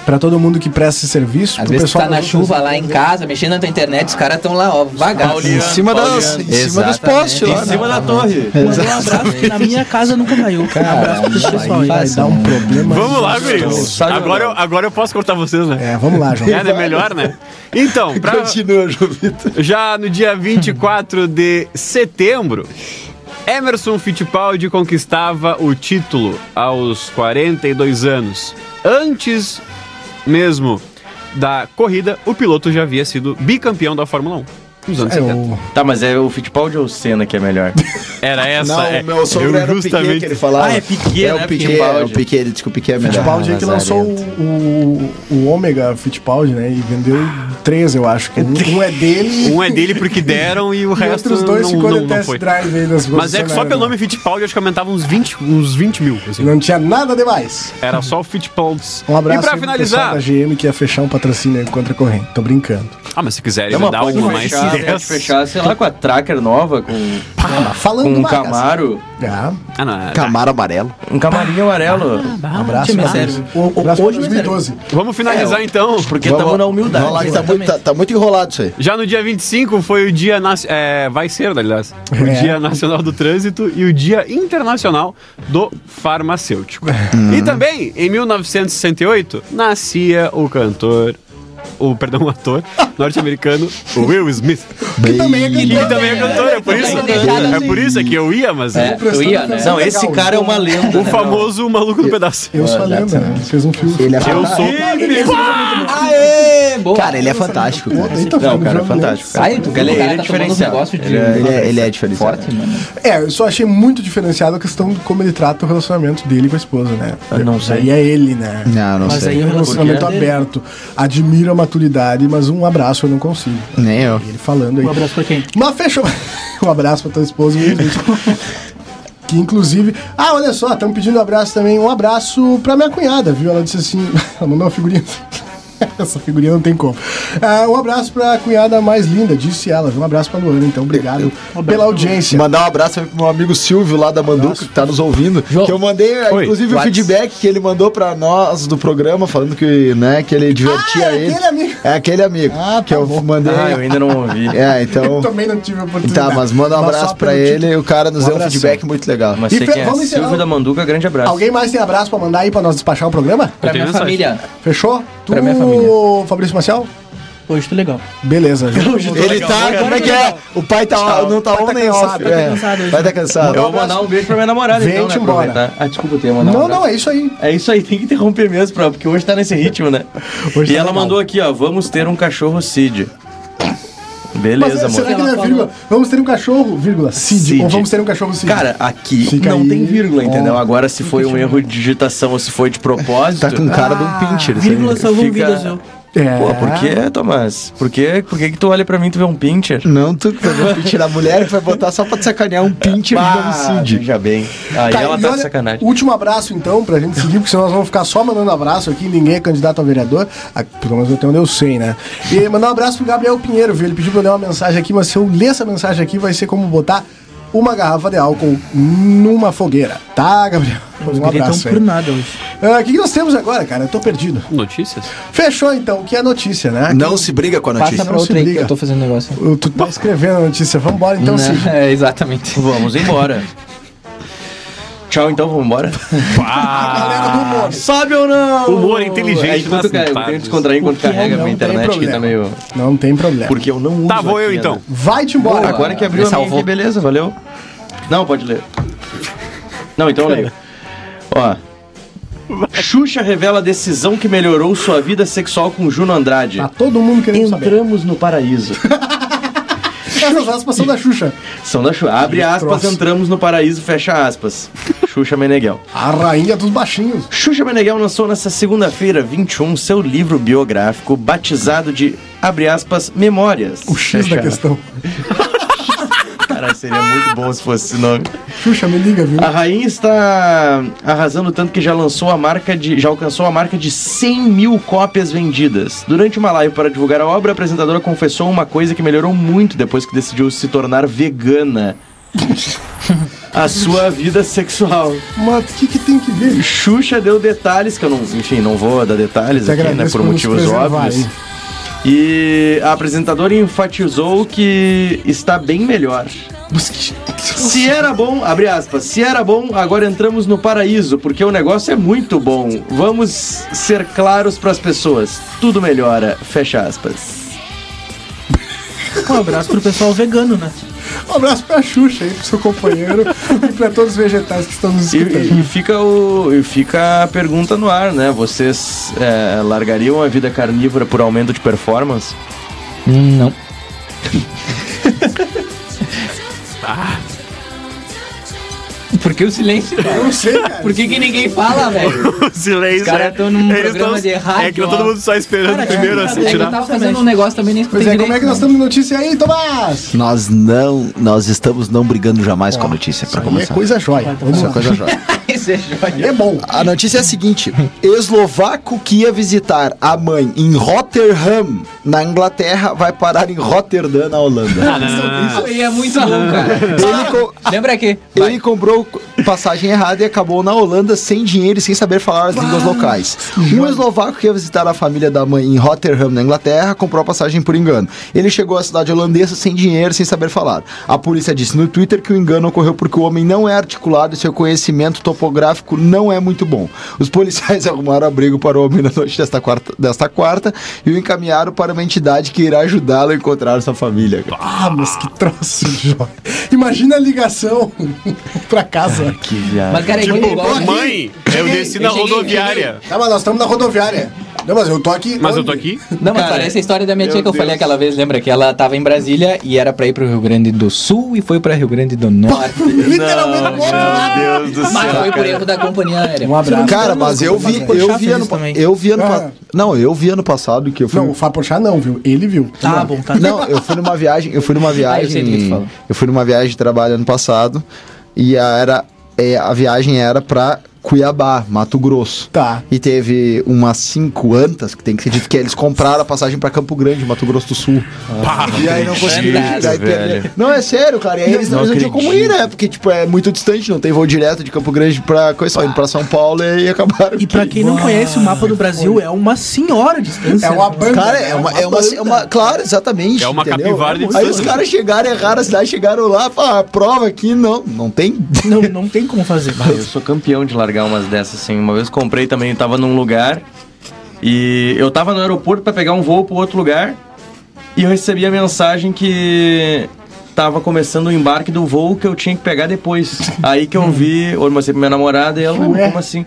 Speaker 2: para todo mundo que presta esse serviço.
Speaker 5: Às
Speaker 2: pro
Speaker 5: vezes tu
Speaker 2: pessoal
Speaker 5: tá na
Speaker 2: das
Speaker 5: chuva
Speaker 2: outras
Speaker 5: lá em
Speaker 2: empresas.
Speaker 5: casa, mexendo na tua internet, os caras tão lá, ó, vagabundo.
Speaker 4: Em cima, das, em cima dos
Speaker 5: Exatamente.
Speaker 4: postes lá. né?
Speaker 6: Em cima da torre.
Speaker 7: Mandou um abraço que na minha casa nunca caiu. um abraço pra esse pessoal aí.
Speaker 2: Vai dar
Speaker 5: né?
Speaker 2: um problema.
Speaker 3: Vamos lá, guris.
Speaker 6: Sabe,
Speaker 3: Agora eu, agora eu posso cortar vocês, né?
Speaker 2: É, vamos lá, João.
Speaker 3: É, né? Melhor, né? Então, pra,
Speaker 4: Continua, João Vitor.
Speaker 3: já no dia 24 de setembro, Emerson Fittipaldi conquistava o título aos 42 anos. Antes mesmo da corrida, o piloto já havia sido bicampeão da Fórmula 1. Nos anos
Speaker 2: É,
Speaker 3: 70.
Speaker 2: o-
Speaker 6: Tá, mas é o Fittipaldi ou o Senna que é melhor?
Speaker 3: Era essa.
Speaker 4: Não,
Speaker 3: é,
Speaker 4: o meu sogro
Speaker 3: eu
Speaker 4: era o Piquet que ele falava.
Speaker 6: Ah, é Piquet,
Speaker 4: é
Speaker 6: né,
Speaker 4: o Piquet,
Speaker 6: Fittipaldi.
Speaker 4: é o Piquet, ele disse que o Piquet é melhor.
Speaker 2: Fittipaldi aí que
Speaker 4: Ah,
Speaker 2: lançou
Speaker 4: lazarento.
Speaker 2: o, o Ômega Fittipaldi, né? E vendeu três, eu acho. que Um, um é dele
Speaker 3: Um é dele porque deram e o
Speaker 2: e
Speaker 3: resto
Speaker 2: outros dois
Speaker 3: não,
Speaker 2: ficou
Speaker 3: não,
Speaker 2: de
Speaker 3: não
Speaker 2: test
Speaker 3: foi.
Speaker 2: drive aí nas né?
Speaker 3: Mas é que só pelo nome Fittipaldi, eu acho que aumentava uns 20, uns 20 mil. assim.
Speaker 2: Não tinha nada demais.
Speaker 3: Era só o Fittipaldi.
Speaker 2: Um abraço
Speaker 3: e pra
Speaker 2: aí pro pessoal
Speaker 3: finalizar.
Speaker 2: da GM que ia fechar um patrocínio aí contra a corrente. Tô brincando.
Speaker 3: Ah, mas se quiserem
Speaker 6: É uma
Speaker 3: dar
Speaker 6: pausa
Speaker 7: né?
Speaker 3: um mais
Speaker 6: fechar,
Speaker 3: 10.
Speaker 6: fechar, sei lá, com a Tracker nova, com...
Speaker 2: Ah, falando
Speaker 6: com um
Speaker 2: vai casar.
Speaker 6: Camaro.
Speaker 2: É,
Speaker 3: Ah, não. é-
Speaker 4: Camaro amarelo.
Speaker 6: Um camarinho amarelo.
Speaker 2: abraço,
Speaker 7: Tinha
Speaker 2: pra
Speaker 7: sério.
Speaker 2: eles.
Speaker 7: O- o-
Speaker 2: abraço pra
Speaker 7: hoje,
Speaker 2: 2012.
Speaker 3: Vamos finalizar então.
Speaker 6: Porque estamos na humildade.
Speaker 4: Vamos lá, que tá, muito,
Speaker 7: exatamente.
Speaker 4: tá, tá muito enrolado isso aí.
Speaker 3: Já no dia 25 foi o dia. nas- É, vai ser, aliás. O
Speaker 2: É.
Speaker 3: Dia Nacional do Trânsito e o Dia Internacional do Farmacêutico. E também, em 1968, nascia o cantor. O, perdão, o ator norte-americano Will Smith.
Speaker 4: Bem-
Speaker 3: Que também é cantor, é por
Speaker 5: Também
Speaker 3: isso,
Speaker 5: deixaram
Speaker 3: é por isso que eu ia, mas é.
Speaker 6: Eu ia, né? Não, esse cara é uma lenda.
Speaker 3: O famoso maluco no pedaço.
Speaker 2: Eu sou a lenda, né? Fez um filme.
Speaker 4: Ele é
Speaker 3: Eu
Speaker 4: fantástico.
Speaker 3: sou.
Speaker 5: Aê, boa.
Speaker 4: Cara, ele é
Speaker 6: né?
Speaker 4: fantástico.
Speaker 2: Puta,
Speaker 4: cara.
Speaker 2: ele tá
Speaker 6: um
Speaker 4: Não, o cara é
Speaker 2: fazendo
Speaker 4: fantástico. cara.
Speaker 5: Sai, tu viu?
Speaker 6: Ele-
Speaker 5: o
Speaker 6: ele é
Speaker 5: cara tá tomando uns
Speaker 6: diferenciado.
Speaker 5: negócio de-
Speaker 4: Ele é, ele é, ele é diferenciado.
Speaker 5: Forte,
Speaker 6: né?
Speaker 5: mano.
Speaker 2: É, eu só achei muito diferenciado a questão de como ele trata o relacionamento dele com a esposa, né?
Speaker 6: Eu não sei.
Speaker 2: Aí é ele, né?
Speaker 4: Não, não
Speaker 7: Mas
Speaker 4: sei.
Speaker 7: aí o
Speaker 2: Um relacionamento
Speaker 7: relacionamento aberto.
Speaker 2: aberto. Admiro a maturidade, mas um abraço eu não consigo.
Speaker 4: Nem eu.
Speaker 2: Ele falando aí.
Speaker 7: Um abraço pra quem?
Speaker 2: Mas fechou. um abraço pra tua esposa. Will Smith. que inclusive. Ah, olha só, estão pedindo abraço também. Um abraço pra minha cunhada, viu? Ela disse assim. Ela mandou uma figurinha. Essa figurinha não tem como. Ah, um abraço pra cunhada mais linda, disse ela. viu? Um abraço pra Luana, então. Obrigado pela audiência.
Speaker 4: Mandar um abraço também pro meu amigo Silvio lá da Manduca, que tá nos ouvindo.
Speaker 5: João.
Speaker 4: Que eu mandei, eh,
Speaker 3: Oi.
Speaker 4: inclusive, o
Speaker 5: Whats?
Speaker 4: feedback que ele mandou pra nós do programa, falando que, né, que ele divertia
Speaker 2: Ah, é
Speaker 4: ele.
Speaker 2: aquele amigo.
Speaker 4: É aquele amigo.
Speaker 2: Ah, tá
Speaker 4: que eu
Speaker 2: bom.
Speaker 4: mandei.
Speaker 6: Ah, eu ainda não ouvi.
Speaker 4: É, então.
Speaker 2: Também não tive a oportunidade.
Speaker 4: Tá, mas manda um
Speaker 2: Mas só
Speaker 4: abraço pra
Speaker 2: pelo
Speaker 4: ele. O cara nos
Speaker 2: Um
Speaker 4: deu um
Speaker 2: abração.
Speaker 4: feedback muito legal.
Speaker 6: Mas
Speaker 2: E
Speaker 6: sei
Speaker 2: fe-
Speaker 6: quem é.
Speaker 2: vamos encerrar.
Speaker 6: Silvio da Manduca, grande abraço.
Speaker 2: Alguém mais tem abraço pra mandar aí pra nós despachar o programa?
Speaker 5: Pra minha
Speaker 3: mensagem.
Speaker 5: família.
Speaker 2: Fechou?
Speaker 5: Pra minha família.
Speaker 2: Fabrício Marcial?
Speaker 7: Hoje tá legal.
Speaker 2: Beleza. gente.
Speaker 4: Ele tá, como é que é? O pai tá, não tá
Speaker 2: pai
Speaker 4: on
Speaker 2: tá
Speaker 4: nem
Speaker 2: cansado,
Speaker 4: off.
Speaker 2: tá
Speaker 4: é.
Speaker 7: cansado hoje.
Speaker 4: Vai tá cansado.
Speaker 6: Eu vou mandar um beijo pra minha namorada,
Speaker 2: Vem
Speaker 6: então, né?
Speaker 2: te embora.
Speaker 6: aproveitar. Ah, desculpa, eu tenho mandado.
Speaker 2: Não, não, é isso aí.
Speaker 6: É isso aí, tem que interromper mesmo, pra, porque hoje tá nesse ritmo, né?
Speaker 2: Hoje
Speaker 6: e
Speaker 2: tá
Speaker 6: ela
Speaker 2: legal.
Speaker 6: mandou aqui, ó, vamos ter um cachorro Cid.
Speaker 2: Mas
Speaker 6: Beleza, amor.
Speaker 2: será que não é vírgula? Vamos ter um cachorro, vírgula, Cid.
Speaker 6: Cid.
Speaker 2: Ou vamos ter um cachorro Cid.
Speaker 6: Cara, aqui
Speaker 2: Fica
Speaker 6: não
Speaker 2: aí.
Speaker 6: tem vírgula, entendeu?
Speaker 2: Ó.
Speaker 6: Agora, se foi um erro de digitação ou se foi de propósito...
Speaker 4: Tá com cara de um pincher. isso aí.
Speaker 7: Vírgula salvou
Speaker 6: Fica-
Speaker 7: vidas, viu?
Speaker 2: é.
Speaker 6: Pô, por que, Tomás? Por que, por que que tu olha pra mim e tu vê um pincher?
Speaker 4: Não, tu que pegou o pincher da mulher que vai botar só pra te sacanear um pincher
Speaker 6: Ah,
Speaker 4: do Cid.
Speaker 6: veja bem. Aí
Speaker 2: Tá,
Speaker 6: ela
Speaker 2: e
Speaker 6: tá de
Speaker 2: olha,
Speaker 6: sacanagem.
Speaker 2: Último abraço, então, pra gente seguir, porque senão nós vamos ficar só mandando abraço aqui, ninguém é candidato a vereador, a- pelo menos até onde eu sei, né? E mandar um abraço pro Gabriel Pinheiro, viu? Ele pediu pra eu ler uma mensagem aqui, mas se eu ler essa mensagem aqui, vai ser como botar uma garrafa de álcool numa fogueira, tá, Gabriel?
Speaker 7: Os
Speaker 2: Um
Speaker 7: guris tão
Speaker 2: abraço aí.
Speaker 7: por nada hoje.
Speaker 2: Ah, O que, que nós temos agora, cara? Eu tô perdido.
Speaker 3: Notícias?
Speaker 2: Fechou, então, o que é a notícia, né?
Speaker 4: Não se briga com a
Speaker 5: Passa
Speaker 4: notícia.
Speaker 5: pra
Speaker 2: Não
Speaker 5: outra
Speaker 2: se
Speaker 5: aí que
Speaker 2: liga.
Speaker 5: eu tô fazendo negócio.
Speaker 2: Eu- Tu tá escrevendo a notícia, vambora então, Cid.
Speaker 5: Não, é, exatamente.
Speaker 6: Vamos embora. Tchau, então, vamos embora? Sobe ou não?
Speaker 5: É
Speaker 3: Humor é inteligente né,
Speaker 6: Aí, É, enquanto
Speaker 3: nas
Speaker 6: ca-
Speaker 3: tardes.
Speaker 6: Eu tenho que descontrair enquanto carrega a
Speaker 2: é Não
Speaker 6: minha
Speaker 2: tem
Speaker 6: internet, que tá
Speaker 2: problema.
Speaker 6: meio...
Speaker 2: Não tem problema.
Speaker 6: Porque eu não uso
Speaker 3: Tá, vou eu
Speaker 6: aqui,
Speaker 3: então.
Speaker 6: né?
Speaker 2: Vai-te embora.
Speaker 5: Boa.
Speaker 6: Agora que abriu
Speaker 5: Me
Speaker 6: a minha
Speaker 5: salvou.
Speaker 6: aqui, beleza, valeu. Não, pode ler. Não, então eu leio. Ó. Xuxa revela a decisão que melhorou sua vida sexual com Juno Andrade.
Speaker 2: Tá todo mundo querendo saber.
Speaker 6: Entramos no paraíso.
Speaker 2: Essas aspas são da Xuxa.
Speaker 6: São da Xuxa. Abre aspas,
Speaker 2: troço.
Speaker 6: entramos no paraíso, fecha aspas. Xuxa Meneghel.
Speaker 2: A rainha dos baixinhos.
Speaker 6: Xuxa Meneghel lançou nesta segunda-feira, 21, seu livro biográfico batizado de, abre aspas, Memórias.
Speaker 2: O X da
Speaker 6: Fecha aspas.
Speaker 2: questão.
Speaker 6: Caralho, seria muito bom se fosse esse nome.
Speaker 2: Xuxa, me liga, viu?
Speaker 6: A rainha está arrasando tanto que já lançou a marca de. já alcançou a marca de 100 mil cópias vendidas. Durante uma live para divulgar a obra, a apresentadora confessou uma coisa que melhorou muito depois que decidiu se tornar vegana. a sua vida sexual.
Speaker 2: Mas o que, que tem que ver?
Speaker 6: Xuxa deu detalhes, que eu não. Enfim, não vou dar detalhes
Speaker 2: Te
Speaker 6: aqui, né?
Speaker 2: agradeço
Speaker 6: Por
Speaker 2: por nos
Speaker 6: motivos
Speaker 2: preservar,
Speaker 6: óbvios.
Speaker 2: hein?
Speaker 6: E a apresentadora enfatizou que está bem melhor.
Speaker 2: Mas que-
Speaker 6: Se era bom, abre aspas, se era bom, agora entramos no paraíso, porque o negócio é muito bom. Vamos ser claros pras pessoas. Tudo melhora, fecha aspas.
Speaker 7: Um abraço pro pessoal vegano, né?
Speaker 2: Um abraço pra Xuxa aí, pro seu companheiro e pra todos os vegetais que estão nos
Speaker 6: E,
Speaker 2: escutando.
Speaker 6: e- e fica o, e fica a pergunta no ar, né? Vocês é, largariam a vida carnívora por aumento de performance?
Speaker 5: Hum, Não. Por que o silêncio?
Speaker 2: Eu não sei, cara.
Speaker 5: Por que, que ninguém fala, velho?
Speaker 3: O silêncio.
Speaker 5: Os caras tão num
Speaker 3: né? eles
Speaker 5: programa
Speaker 3: tão-
Speaker 5: de rádio,
Speaker 3: É que tá
Speaker 5: ó.
Speaker 3: todo mundo só esperando
Speaker 7: Cara,
Speaker 3: primeiro
Speaker 7: é,
Speaker 3: assim
Speaker 5: É que eu
Speaker 3: tirar.
Speaker 5: tava fazendo um negócio também nem
Speaker 2: Pois
Speaker 5: escutei
Speaker 2: é,
Speaker 5: direito.
Speaker 2: como é que nós estamos de notícia aí, Tomás?
Speaker 4: Nós não, nós estamos não brigando jamais com a notícia, pra
Speaker 2: Aí é
Speaker 4: começar.
Speaker 2: coisa jóia. Vamos
Speaker 4: Isso é
Speaker 2: lá.
Speaker 4: coisa jóia.
Speaker 5: Esse é joia.
Speaker 2: É bom.
Speaker 4: A notícia é a seguinte: eslovaco que ia visitar a mãe em Rotterdam, na Inglaterra, vai parar em Rotterdam, na
Speaker 5: Ah,
Speaker 4: Holanda.
Speaker 5: não, não, não. Isso aí é muito bom, cara. Ah,
Speaker 4: Ele, co-
Speaker 5: Lembra aqui? Vai.
Speaker 4: ele comprou passagem errada e acabou na Holanda sem dinheiro e sem saber falar as línguas locais. Um eslovaco que ia visitar a família da mãe em Rotterdam, na Inglaterra, comprou a passagem por engano. Ele chegou à cidade holandesa sem dinheiro e sem saber falar. A polícia disse no Twitter que o engano ocorreu porque o homem não é articulado e seu conhecimento topográfico não é muito bom. Os policiais arrumaram abrigo para o homem na noite desta quarta, desta quarta e o encaminharam para uma entidade que irá ajudá-lo a encontrar sua família. cara.
Speaker 2: Ah, mas que troço, Jó. Imagina a ligação pra casa.
Speaker 5: Mas, cara, é
Speaker 3: Tipo,
Speaker 5: muito igual. né?
Speaker 3: mãe, eu desci na
Speaker 5: cheguei,
Speaker 3: rodoviária.
Speaker 2: Tá, mas nós estamos na rodoviária. Não, mas eu tô aqui.
Speaker 3: Mas eu
Speaker 2: onde?
Speaker 3: tô aqui.
Speaker 5: Não, mas
Speaker 6: Cara,
Speaker 5: parece a história da minha
Speaker 6: meu
Speaker 5: tia que eu
Speaker 6: Deus.
Speaker 5: falei aquela vez, lembra? Que ela tava em Brasília e era pra ir pro Rio Grande do Sul e foi pra Rio Grande do Norte.
Speaker 2: Literalmente do outro lado.
Speaker 6: Deus do
Speaker 5: mas foi por erro da companhia aérea. Um abraço.
Speaker 4: Cara, mas eu vi, eu vi
Speaker 7: Chaves
Speaker 4: ano, pa-
Speaker 7: também.
Speaker 4: eu vi ano,
Speaker 2: Ah.
Speaker 4: pa- não, eu vi ano passado que eu fui
Speaker 2: Não, o Fábio Chá não, viu? Ele viu.
Speaker 7: Tá bom, tá.
Speaker 4: Não, eu fui numa viagem, eu fui numa
Speaker 5: Ah, eu sei do que tu
Speaker 4: viagem,
Speaker 5: fala.
Speaker 4: eu, fui numa viagem de trabalho ano passado e a era é, a viagem era pra Cuiabá, Mato Grosso.
Speaker 2: Tá.
Speaker 4: E teve umas cinco antas que tem que ser dito que eles compraram a passagem pra Campo Grande, Mato Grosso do Sul. Ah, e aí não conseguiram.
Speaker 5: fantástico,
Speaker 4: daí perderam. Não, é sério, cara. E aí eles não,
Speaker 6: Não
Speaker 4: tinham como ir,
Speaker 6: acredito.
Speaker 4: né? Porque, tipo, é muito distante, não tem voo direto de Campo Grande pra coisa, só indo pra São Paulo e acabaram.
Speaker 7: E pra quem não conhece o mapa do Brasil, é uma senhora de distância.
Speaker 2: É uma banda.
Speaker 4: Cara,
Speaker 2: né?
Speaker 4: é uma, é uma, é uma- Claro, exatamente.
Speaker 3: É uma capivara de
Speaker 4: muito- Aí os
Speaker 3: distância.
Speaker 4: caras chegaram, erraram a cidade, chegaram lá, falaram, "Ah, prova aqui, não. Não tem.
Speaker 7: Não, não tem como fazer.
Speaker 6: Eu sou campeão de largar umas dessas, assim. Uma vez comprei também, tava num lugar. E eu tava no aeroporto pra pegar um voo pro outro lugar. E eu recebi a mensagem que tava começando o embarque do voo que eu tinha que pegar depois. Aí que eu vi, eu mostrei pra minha namorada e ela, "Ué, como assim?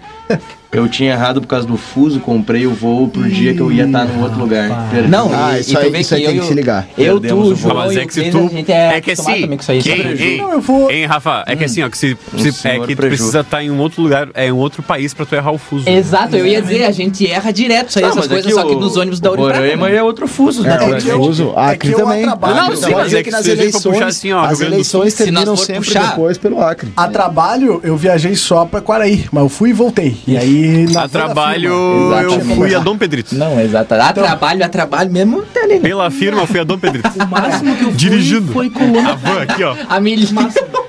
Speaker 6: Eu tinha errado por causa do fuso, comprei o voo pro dia que eu ia estar no outro lugar. Perdi.
Speaker 5: Não,
Speaker 4: Ah, isso aí- isso aí tem que se ligar.
Speaker 5: Eu, tu,
Speaker 6: Perdemos o
Speaker 5: o
Speaker 6: voo.
Speaker 5: João
Speaker 3: Mas
Speaker 5: e
Speaker 3: é
Speaker 5: o
Speaker 3: que se
Speaker 5: Cris, a
Speaker 3: tu.
Speaker 5: gente é,
Speaker 3: É, que
Speaker 5: acostumado
Speaker 3: assim.
Speaker 5: também com isso aí, sabe? Hum.
Speaker 3: quem- ei,
Speaker 2: Não, eu vou-
Speaker 3: Hein, Rafa? É que assim, ó, que se,
Speaker 6: Um
Speaker 3: se- é
Speaker 6: senhor
Speaker 3: que tu
Speaker 6: preju.
Speaker 3: precisa estar em um outro lugar, é em outro país pra tu errar o fuso.
Speaker 5: Exato, eu ia dizer, a gente erra direto isso aí,
Speaker 6: Não,
Speaker 5: essas
Speaker 6: mas
Speaker 5: coisas,
Speaker 6: aqui
Speaker 5: só que
Speaker 6: o-
Speaker 5: nos ônibus da
Speaker 6: o Roraima
Speaker 5: Uribe.
Speaker 6: é outro fuso,
Speaker 4: É,
Speaker 2: que eu-
Speaker 4: confuso. Ah,
Speaker 2: é que
Speaker 4: Acre
Speaker 2: eu
Speaker 4: também.
Speaker 2: atrapalho.
Speaker 3: Não, sim,
Speaker 4: Pode
Speaker 3: mas
Speaker 4: dizer
Speaker 3: é que se a gente for puxar assim, ó, Rio
Speaker 4: as
Speaker 3: Grande do
Speaker 4: eleições
Speaker 5: Sul. Se nós
Speaker 4: terminam
Speaker 5: for
Speaker 4: sempre
Speaker 5: puxar-
Speaker 4: depois pelo Acre.
Speaker 2: A trabalho, eu viajei só pra Quaraí, mas eu fui e voltei. E aí... na-
Speaker 3: A trabalho,
Speaker 4: firma.
Speaker 3: eu
Speaker 4: Exato.
Speaker 3: fui a Dom Pedrito.
Speaker 5: Não, exato. A trabalho, a trabalho mesmo, tá ligado?
Speaker 3: Pela firma, eu fui a Dom Pedrito.
Speaker 7: O máximo que eu fui
Speaker 3: Dirigindo.
Speaker 7: foi colônia,
Speaker 3: A van aqui, ó.
Speaker 5: A milha.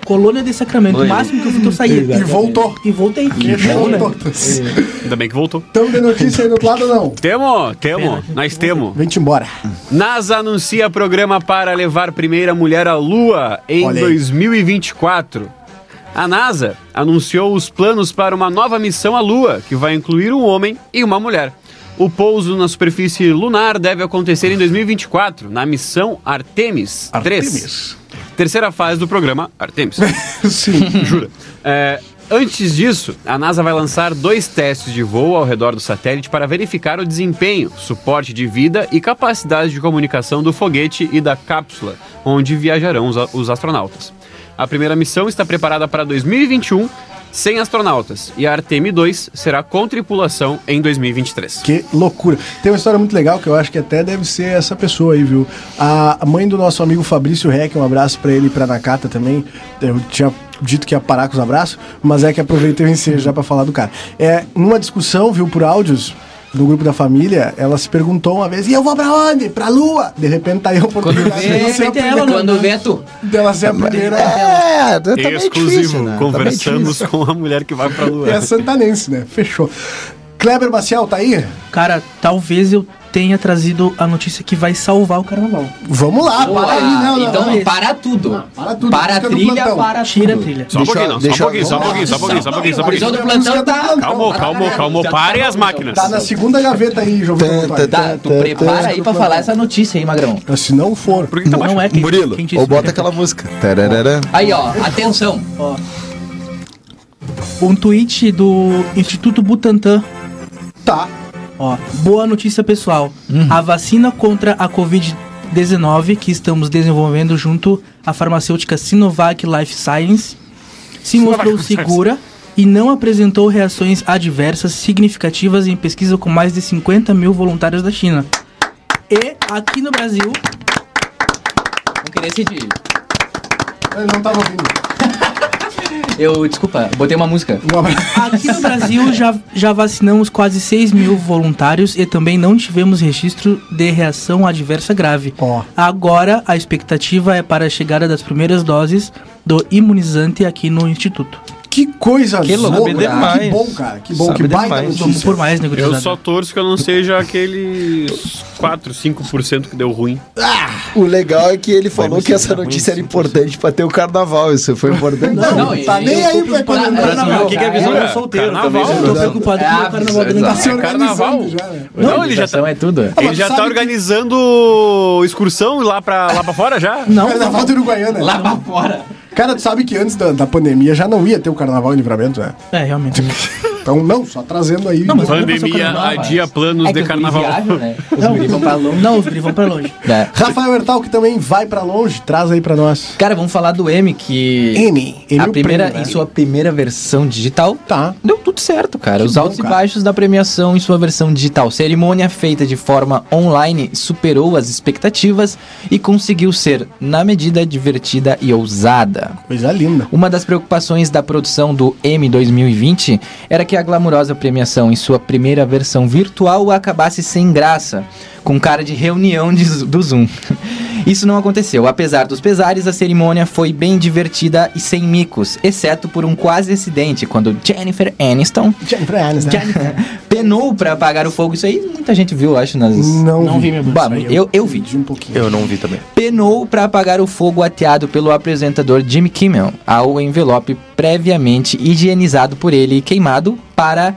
Speaker 7: colônia de Sacramento. O máximo que eu fui que eu saí.
Speaker 2: E voltou.
Speaker 7: E voltei.
Speaker 2: E
Speaker 7: né?
Speaker 2: voltou.
Speaker 3: Ainda bem que voltou.
Speaker 2: Estamos de notícia aí do outro lado ou não?
Speaker 3: Temo, temo, nós temo.
Speaker 2: Vem-te embora.
Speaker 3: NASA anuncia programa para levar primeira mulher à Lua em
Speaker 2: Olha aí.
Speaker 3: 2024. A NASA anunciou os planos para uma nova missão à Lua, que vai incluir um homem e uma mulher. O pouso na superfície lunar deve acontecer em 2024, na missão Artemis 3.
Speaker 2: Artemis.
Speaker 3: Terceira fase do programa Artemis.
Speaker 2: Sim.
Speaker 3: Jura. É, antes disso, a NASA vai lançar dois testes de voo ao redor do satélite para verificar o desempenho, suporte de vida e capacidade de comunicação do foguete e da cápsula, onde viajarão os, a- os astronautas. A primeira missão está preparada para 2021 sem astronautas e a Artemis 2 será com tripulação em 2023.
Speaker 2: Que loucura. Tem uma história muito legal que eu acho que até deve ser essa pessoa aí, viu? A mãe do nosso amigo Fabrício Reck, um abraço pra ele e pra Nakata também. Eu tinha dito que ia parar com os abraços, mas é que aproveitei o ensejo já pra falar do cara. É, numa discussão, viu, por áudios no grupo da família, ela se perguntou uma vez: e eu vou pra onde? Pra lua! De repente tá aí a
Speaker 5: Quando
Speaker 2: oportunidade dela ser a
Speaker 5: vê,
Speaker 2: primeira-
Speaker 7: né?
Speaker 5: quando vê, é tu.
Speaker 2: dela ser a primeira.
Speaker 4: É, tá meio
Speaker 3: Exclusivo,
Speaker 4: difícil, né? Tá meio
Speaker 3: conversamos
Speaker 4: difícil.
Speaker 3: com a mulher que vai para a Lua.
Speaker 2: É a santanense, né? Fechou. Kleber Maciel, tá aí?
Speaker 7: Cara, talvez eu tenha trazido a notícia que vai salvar o carnaval.
Speaker 2: Vamos lá, para aí, não, não,
Speaker 5: então,
Speaker 2: não.
Speaker 5: para tudo.
Speaker 2: para tudo,
Speaker 5: Para a
Speaker 2: fica no
Speaker 5: trilha,
Speaker 2: plantão.
Speaker 5: para
Speaker 7: Então, Tira a
Speaker 5: tudo.
Speaker 7: trilha.
Speaker 3: Só um
Speaker 4: Deixa-
Speaker 3: pouquinho, não,
Speaker 4: deixa-
Speaker 3: só um pouquinho, só um pouquinho, só um pouquinho, só um pouquinho, só um
Speaker 5: O
Speaker 3: pouquinho.
Speaker 5: avisou do plantão tá.
Speaker 3: Calmou, calmou, calmou. Parem as máquinas.
Speaker 2: Tá na segunda gaveta aí, João Vitor Montoya.
Speaker 5: Tá, tu prepara aí pra falar essa notícia aí, magrão.
Speaker 2: Ah, Se não for.
Speaker 3: Por que que tá baixo?
Speaker 7: Não é quem,
Speaker 4: Murilo,
Speaker 7: quem disse
Speaker 4: ou
Speaker 7: que
Speaker 4: bota
Speaker 7: é.
Speaker 4: aquela música. Tararara.
Speaker 5: Aí, ó, atenção.
Speaker 7: Um tweet do Instituto Butantan.
Speaker 2: Tá.
Speaker 7: Ó, boa notícia, pessoal. A vacina contra a Covid-19 que estamos desenvolvendo junto à farmacêutica Sinovac Life Science se mostrou segura e não apresentou reações adversas significativas em pesquisa com mais de 50 mil voluntários da China. E aqui no Brasil,
Speaker 5: Não queria se de-
Speaker 2: Ele não tava ouvindo.
Speaker 5: Eu, desculpa, botei uma música.
Speaker 7: Aqui no Brasil já, já vacinamos quase 6 mil voluntários e também não tivemos registro de reação adversa grave.
Speaker 2: Ó.
Speaker 7: Agora a expectativa é para a chegada das primeiras doses do imunizante aqui no Instituto.
Speaker 2: Que coisa
Speaker 5: Que
Speaker 2: zoa,
Speaker 5: loucura.
Speaker 2: cara. Que
Speaker 6: demais.
Speaker 2: bom, cara. Que bom,
Speaker 6: Sabe
Speaker 2: que baita
Speaker 6: demais.
Speaker 7: Vamos
Speaker 2: notícia.
Speaker 7: por mais, né, nego
Speaker 3: Eu
Speaker 7: Tizada.
Speaker 3: só torço que eu não seja aqueles 4, 5% que deu ruim.
Speaker 4: O legal é que ele falou que essa notícia era importante pra ter o carnaval. Isso foi importante.
Speaker 2: Não,
Speaker 5: e-
Speaker 2: tá nem aí
Speaker 5: eu
Speaker 2: pra
Speaker 5: tô preocupado-
Speaker 2: quando entrar na
Speaker 5: Não,
Speaker 6: O que, que é a visão
Speaker 5: cara,
Speaker 6: do solteiro
Speaker 3: Carnaval,
Speaker 6: também?
Speaker 7: Eu tô preocupado
Speaker 5: É,
Speaker 7: com o carnaval dele tá
Speaker 5: exato.
Speaker 2: se
Speaker 3: É carnaval?
Speaker 2: organizando já, né?
Speaker 3: Não, ele já
Speaker 5: organização
Speaker 3: tá,
Speaker 5: é tudo. é.
Speaker 2: mas
Speaker 3: ele já
Speaker 2: sabe
Speaker 3: tá
Speaker 2: que-
Speaker 3: organizando excursão lá pra, lá pra fora já?
Speaker 7: Não,
Speaker 2: Carnaval do Uruguaiana. né?
Speaker 5: Lá pra fora.
Speaker 2: Cara, tu sabe que antes da, da pandemia já não ia ter o carnaval em livramento, né?
Speaker 7: é realmente.
Speaker 2: Então, não, só trazendo aí.
Speaker 7: Não, mas-
Speaker 3: Pandemia
Speaker 7: Carnaval,
Speaker 3: adia planos
Speaker 5: É que
Speaker 3: de
Speaker 5: os guri
Speaker 3: carnaval.
Speaker 5: viajam, né? Os guri vão pra longe.
Speaker 7: Não, os guri vão pra longe.
Speaker 5: né?
Speaker 2: Rafael Hertal, que também vai pra longe, traz aí pra nós.
Speaker 5: Cara, vamos falar do M que...
Speaker 2: M, M
Speaker 5: a
Speaker 2: o
Speaker 5: primeira,
Speaker 2: prêmio, né?
Speaker 5: Em sua primeira versão digital,
Speaker 2: Tá.
Speaker 5: deu tudo certo, cara. Os
Speaker 2: bom,
Speaker 5: altos
Speaker 2: cara.
Speaker 5: e baixos da premiação em sua versão digital. Cerimônia feita de forma online superou as expectativas e conseguiu ser, na medida, divertida e ousada.
Speaker 2: Coisa linda.
Speaker 5: Uma das preocupações da produção do M 2020 era que a glamurosa premiação em sua primeira versão virtual acabasse sem graça, com cara de reunião de- do Zoom. Isso não aconteceu. Apesar dos pesares, a cerimônia foi bem divertida e sem micos, exceto por um quase acidente quando Jennifer Aniston
Speaker 2: Jennifer Aniston.
Speaker 5: penou pra apagar o fogo. Isso aí muita gente viu, acho, nas.
Speaker 2: Não,
Speaker 7: Não vi,
Speaker 2: vi.
Speaker 7: meu
Speaker 5: Bah,
Speaker 7: Deus.
Speaker 5: eu, eu vi
Speaker 2: um pouquinho.
Speaker 6: Eu não vi também.
Speaker 5: penou para apagar o fogo ateado pelo apresentador Jimmy Kimmel ao envelope previamente higienizado por ele e queimado para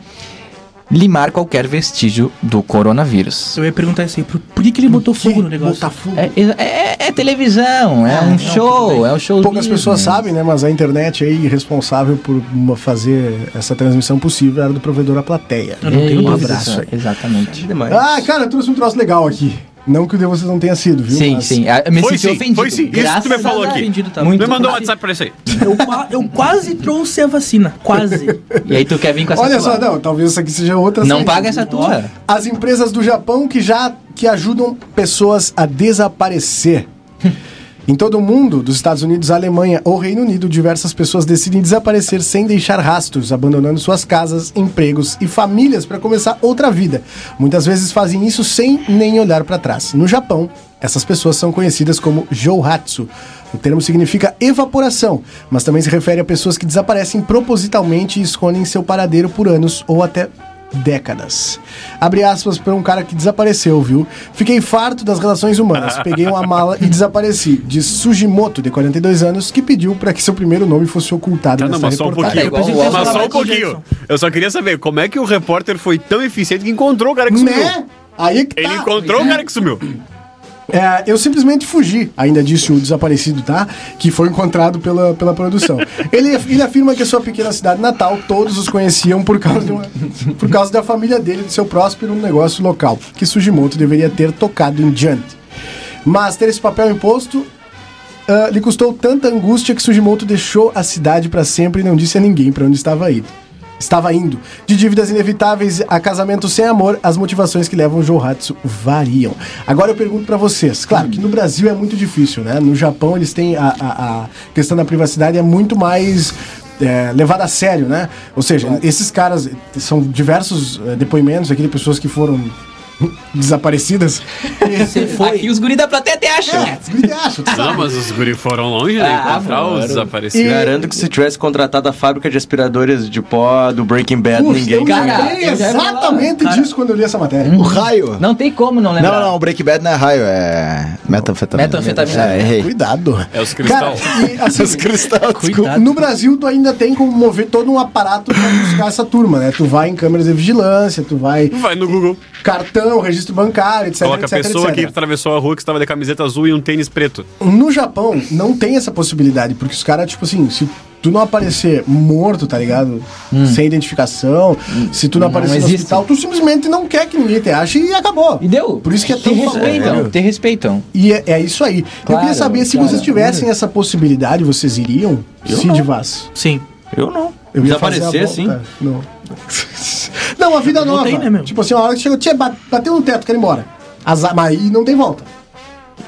Speaker 5: limar qualquer vestígio do coronavírus.
Speaker 7: Eu ia perguntar isso aí, por, por que, que ele botou fogo no negócio?
Speaker 2: Botar fogo.
Speaker 5: É, é- é televisão, é um show, é um show.
Speaker 2: Poucas pessoas sabem, né? Mas a internet aí responsável por uma- fazer essa transmissão possível era do provedor A Plateia.
Speaker 7: Eu não tenho né?
Speaker 2: um
Speaker 7: dúvida.
Speaker 2: abraço aí.
Speaker 5: É, Exatamente.
Speaker 2: Ah, cara, eu trouxe um troço legal aqui. Não que o de vocês não tenha sido, viu?
Speaker 5: Sim,
Speaker 2: Mas
Speaker 5: sim. ah, eu Me
Speaker 3: Foi
Speaker 5: senti
Speaker 3: sim,
Speaker 5: ofendido.
Speaker 3: foi sim. Isso tu me
Speaker 5: Graças
Speaker 3: falou
Speaker 5: a
Speaker 3: aqui.
Speaker 5: Deus.
Speaker 7: Ofendido, tá?
Speaker 5: Muito.
Speaker 3: Me mandou um WhatsApp pra isso aí.
Speaker 7: Eu, qua- eu quase trouxe a vacina. Quase.
Speaker 5: E aí tu quer vir com essa
Speaker 2: Olha
Speaker 5: tua?
Speaker 2: só, não, talvez essa aqui seja outra.
Speaker 5: Tá Não
Speaker 2: saída.
Speaker 5: paga essa tua.
Speaker 2: As empresas do Japão que já que ajudam pessoas a desaparecer. Em todo o mundo, dos Estados Unidos à Alemanha ou Reino Unido, diversas pessoas decidem desaparecer sem deixar rastros, abandonando suas casas, empregos e famílias para começar outra vida. Muitas vezes fazem isso sem nem olhar para trás. No Japão, essas pessoas são conhecidas como Jouhatsu. O termo significa evaporação, mas também se refere a pessoas que desaparecem propositalmente e escondem seu paradeiro por anos ou até décadas. Abre aspas para um cara que desapareceu, viu? Fiquei farto das relações humanas. Peguei uma mala e desapareci. Diz Sugimoto, de 42 anos, que pediu para que seu primeiro nome fosse ocultado
Speaker 3: Tá, não,
Speaker 2: nessa
Speaker 3: mas só um
Speaker 2: reportagem.
Speaker 3: pouquinho.
Speaker 5: Tá igual o
Speaker 3: Mas só
Speaker 7: Michael
Speaker 3: um pouquinho.
Speaker 7: Jackson.
Speaker 3: Eu só queria saber como é que o repórter foi tão eficiente que encontrou o cara que sumiu.
Speaker 2: Né? Aí que tá.
Speaker 3: Ele encontrou o cara que sumiu.
Speaker 2: É, eu simplesmente fugi, ainda disse o desaparecido, tá? Que foi encontrado pela, pela produção. Ele, ele afirma que a sua pequena cidade natal todos os conheciam por causa, de uma- por causa da família dele, do seu próspero negócio local, que Sugimoto deveria ter tocado em diante. Mas ter esse papel imposto ah, lhe custou tanta angústia que Sugimoto deixou a cidade pra sempre e não disse a ninguém pra onde estava indo. Estava indo. De dívidas inevitáveis a casamento sem amor, as motivações que levam o Johatsu variam. Agora eu pergunto pra vocês. Claro que no Brasil é muito difícil, né? No Japão eles têm a, a- a questão da privacidade é muito mais é, levada a sério, né? Ou seja, esses caras eh, são diversos eh, depoimentos aqui de pessoas que foram desaparecidas. É,
Speaker 7: Você
Speaker 5: Aqui
Speaker 7: foi.
Speaker 5: os guri da plateia até acham. né?
Speaker 3: Não, mas os guri foram longe, né?
Speaker 5: Ah,
Speaker 3: Encontrar os
Speaker 5: foram.
Speaker 3: desaparecidos.
Speaker 6: Garanto que se tivesse contratado a fábrica de aspiradores de pó do Breaking Bad,
Speaker 2: Puxa,
Speaker 6: ninguém.
Speaker 2: eu
Speaker 5: Cara,
Speaker 2: lembrei
Speaker 5: eu já ia falar,
Speaker 2: exatamente
Speaker 7: cara.
Speaker 2: disso quando eu li essa matéria.
Speaker 4: O raio.
Speaker 5: Não tem como não lembrar.
Speaker 4: Não, não, o Break Bad não é raio, é metanfetamina.
Speaker 5: Metanfetamina.
Speaker 4: É, errei.
Speaker 2: Cuidado.
Speaker 3: É os cristal.
Speaker 2: Cara, e, assim,
Speaker 4: Os cristais.
Speaker 7: Cuidado.
Speaker 2: No Brasil, tu ainda tem como mover todo um aparato pra buscar essa turma, né? Tu vai em câmeras de vigilância, tu vai
Speaker 3: Vai no Google.
Speaker 2: cartão, registro bancário, etc.
Speaker 3: Coloca a
Speaker 2: etc,
Speaker 3: pessoa que
Speaker 2: etc.
Speaker 3: atravessou a rua que estava de camiseta azul e um tênis preto.
Speaker 2: No Japão, não tem essa possibilidade, porque os caras, tipo assim, se tu não aparecer morto, tá ligado? Sem identificação, se tu não, aparecer no
Speaker 5: existe.
Speaker 2: hospital, tu simplesmente não quer que ninguém te ache e acabou.
Speaker 5: E deu. então.
Speaker 2: Por isso que é
Speaker 5: Te
Speaker 2: tão
Speaker 5: respeitam,
Speaker 2: famoso.
Speaker 5: te respeitam.
Speaker 2: E é, é isso aí. Eu
Speaker 5: Claro,
Speaker 2: queria saber se
Speaker 5: cara,
Speaker 2: vocês tivessem essa possibilidade, vocês iriam? Cid Vaz.
Speaker 7: Sim.
Speaker 6: Eu não.
Speaker 2: Eu ia fazer a
Speaker 6: Desaparecer, sim.
Speaker 2: volta. Não. não, a vida nova.
Speaker 7: tem, né, meu?
Speaker 2: Tipo assim, uma hora que chegou, tchê, ba- bateu no teto, quero ir embora. Azar, mas aí não tem volta.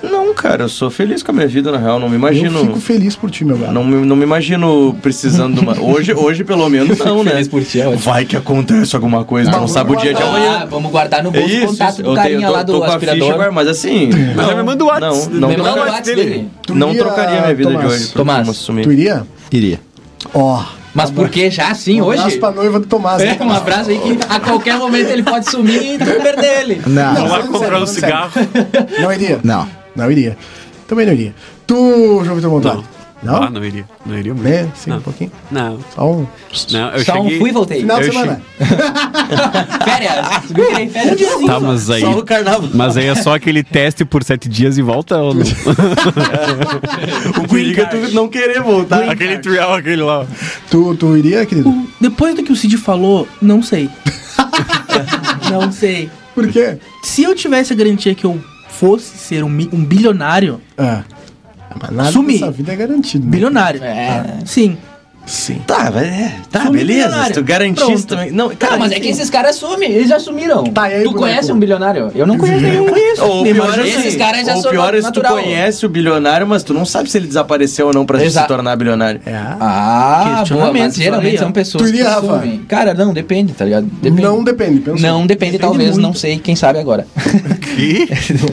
Speaker 6: Não, cara, eu sou feliz com a minha vida, na real. Não me
Speaker 2: Eu fico
Speaker 6: imagino.
Speaker 2: feliz por ti, meu gato.
Speaker 6: Não, me- não me imagino precisando de uma. Hoje, hoje pelo menos, não, né?
Speaker 5: Feliz por ti, é ótimo.
Speaker 6: Vai que acontece alguma coisa, tu não sabe o dia de amanhã.
Speaker 5: Ah, vamos guardar no
Speaker 7: um
Speaker 6: É
Speaker 5: bolso o
Speaker 6: isso,
Speaker 5: contato
Speaker 6: isso.
Speaker 5: do
Speaker 6: eu
Speaker 5: carinha
Speaker 6: tenho, tô,
Speaker 5: lá
Speaker 6: tô
Speaker 5: do
Speaker 6: com a ficha
Speaker 5: aspirador.
Speaker 6: agora, mas assim.
Speaker 3: Mas já me manda o WhatsApp.
Speaker 6: Não, não,
Speaker 5: Me
Speaker 6: não,
Speaker 5: manda o
Speaker 6: não,
Speaker 5: WhatsApp dele.
Speaker 2: Tu
Speaker 6: não
Speaker 2: iria,
Speaker 6: trocaria minha vida
Speaker 2: Tomás?
Speaker 6: de hoje.
Speaker 5: Tomás,
Speaker 6: Vamos assumir.
Speaker 2: Tu iria?
Speaker 4: Iria.
Speaker 2: Ó.
Speaker 5: Mas por que já assim
Speaker 2: Um abraço
Speaker 5: hoje?
Speaker 2: pra noiva do Tomás. né,
Speaker 5: É, um
Speaker 2: Tomás?
Speaker 5: abraço aí que a qualquer momento ele pode sumir e tu vai perder ele.
Speaker 3: Vamos
Speaker 4: Não,
Speaker 3: lá comprar
Speaker 2: Sério,
Speaker 3: um
Speaker 2: sério.
Speaker 3: cigarro.
Speaker 2: Não iria?
Speaker 4: não.
Speaker 2: Não iria. Também não iria. Tu, João Vitor Montoli? Não.
Speaker 3: Ah, não iria. Não iria muito.
Speaker 2: Né? Sim,
Speaker 3: Não.
Speaker 2: um pouquinho.
Speaker 3: Não,
Speaker 2: Só um.
Speaker 3: não, eu
Speaker 5: Só
Speaker 3: cheguei...
Speaker 5: um fui e voltei.
Speaker 2: Final de
Speaker 3: Eu
Speaker 2: semana.
Speaker 5: Férias. Virei férias de
Speaker 3: Tá, mas aí...
Speaker 6: Só o carnaval.
Speaker 3: Mas aí é só aquele teste por sete dias e volta ou não?
Speaker 6: O perigo é tu não querer voltar.
Speaker 3: aquele trial, aquele lá.
Speaker 2: Tu, tu iria, querido?
Speaker 7: Depois do que o Cid falou, não sei. não sei.
Speaker 2: Por quê?
Speaker 7: Se eu tivesse a garantia que eu fosse ser um, mi- um bilionário,
Speaker 6: É.
Speaker 2: Ah. Mas nada
Speaker 7: Sumi.
Speaker 2: dessa vida é garantido. né?
Speaker 7: bilionário,
Speaker 5: É.
Speaker 7: sim.
Speaker 2: Sim.
Speaker 6: Tá, mas é, tá,
Speaker 7: Sou
Speaker 6: beleza.
Speaker 7: milionário.
Speaker 6: Se tu garantiste
Speaker 7: Pronto.
Speaker 6: também. Não, cara,
Speaker 5: Cara, mas é que esses caras sumem, eles já sumiram.
Speaker 2: Tá, e aí,
Speaker 5: tu
Speaker 2: boneco?
Speaker 5: conhece um bilionário? Eu não conheço nenhum.
Speaker 7: Conheço.
Speaker 6: Ou o
Speaker 7: Tem
Speaker 6: pior,
Speaker 7: mais
Speaker 6: é
Speaker 7: gente.
Speaker 5: esses caras já
Speaker 6: ou
Speaker 5: são
Speaker 6: pior é se tu
Speaker 5: natural.
Speaker 6: conhece o bilionário, mas tu não sabe se ele desapareceu ou não pra
Speaker 5: Exa-
Speaker 6: se tornar bilionário.
Speaker 2: É.
Speaker 5: Ah, boa, mas
Speaker 7: Questionamentos,
Speaker 5: geralmente
Speaker 7: olha.
Speaker 5: são pessoas
Speaker 2: Tu iria,
Speaker 5: que
Speaker 2: Rafa?
Speaker 5: sumem. Cara, não, depende, tá ligado? Depende.
Speaker 2: Não depende, pensou.
Speaker 5: Não depende, talvez, não sei, quem sabe agora.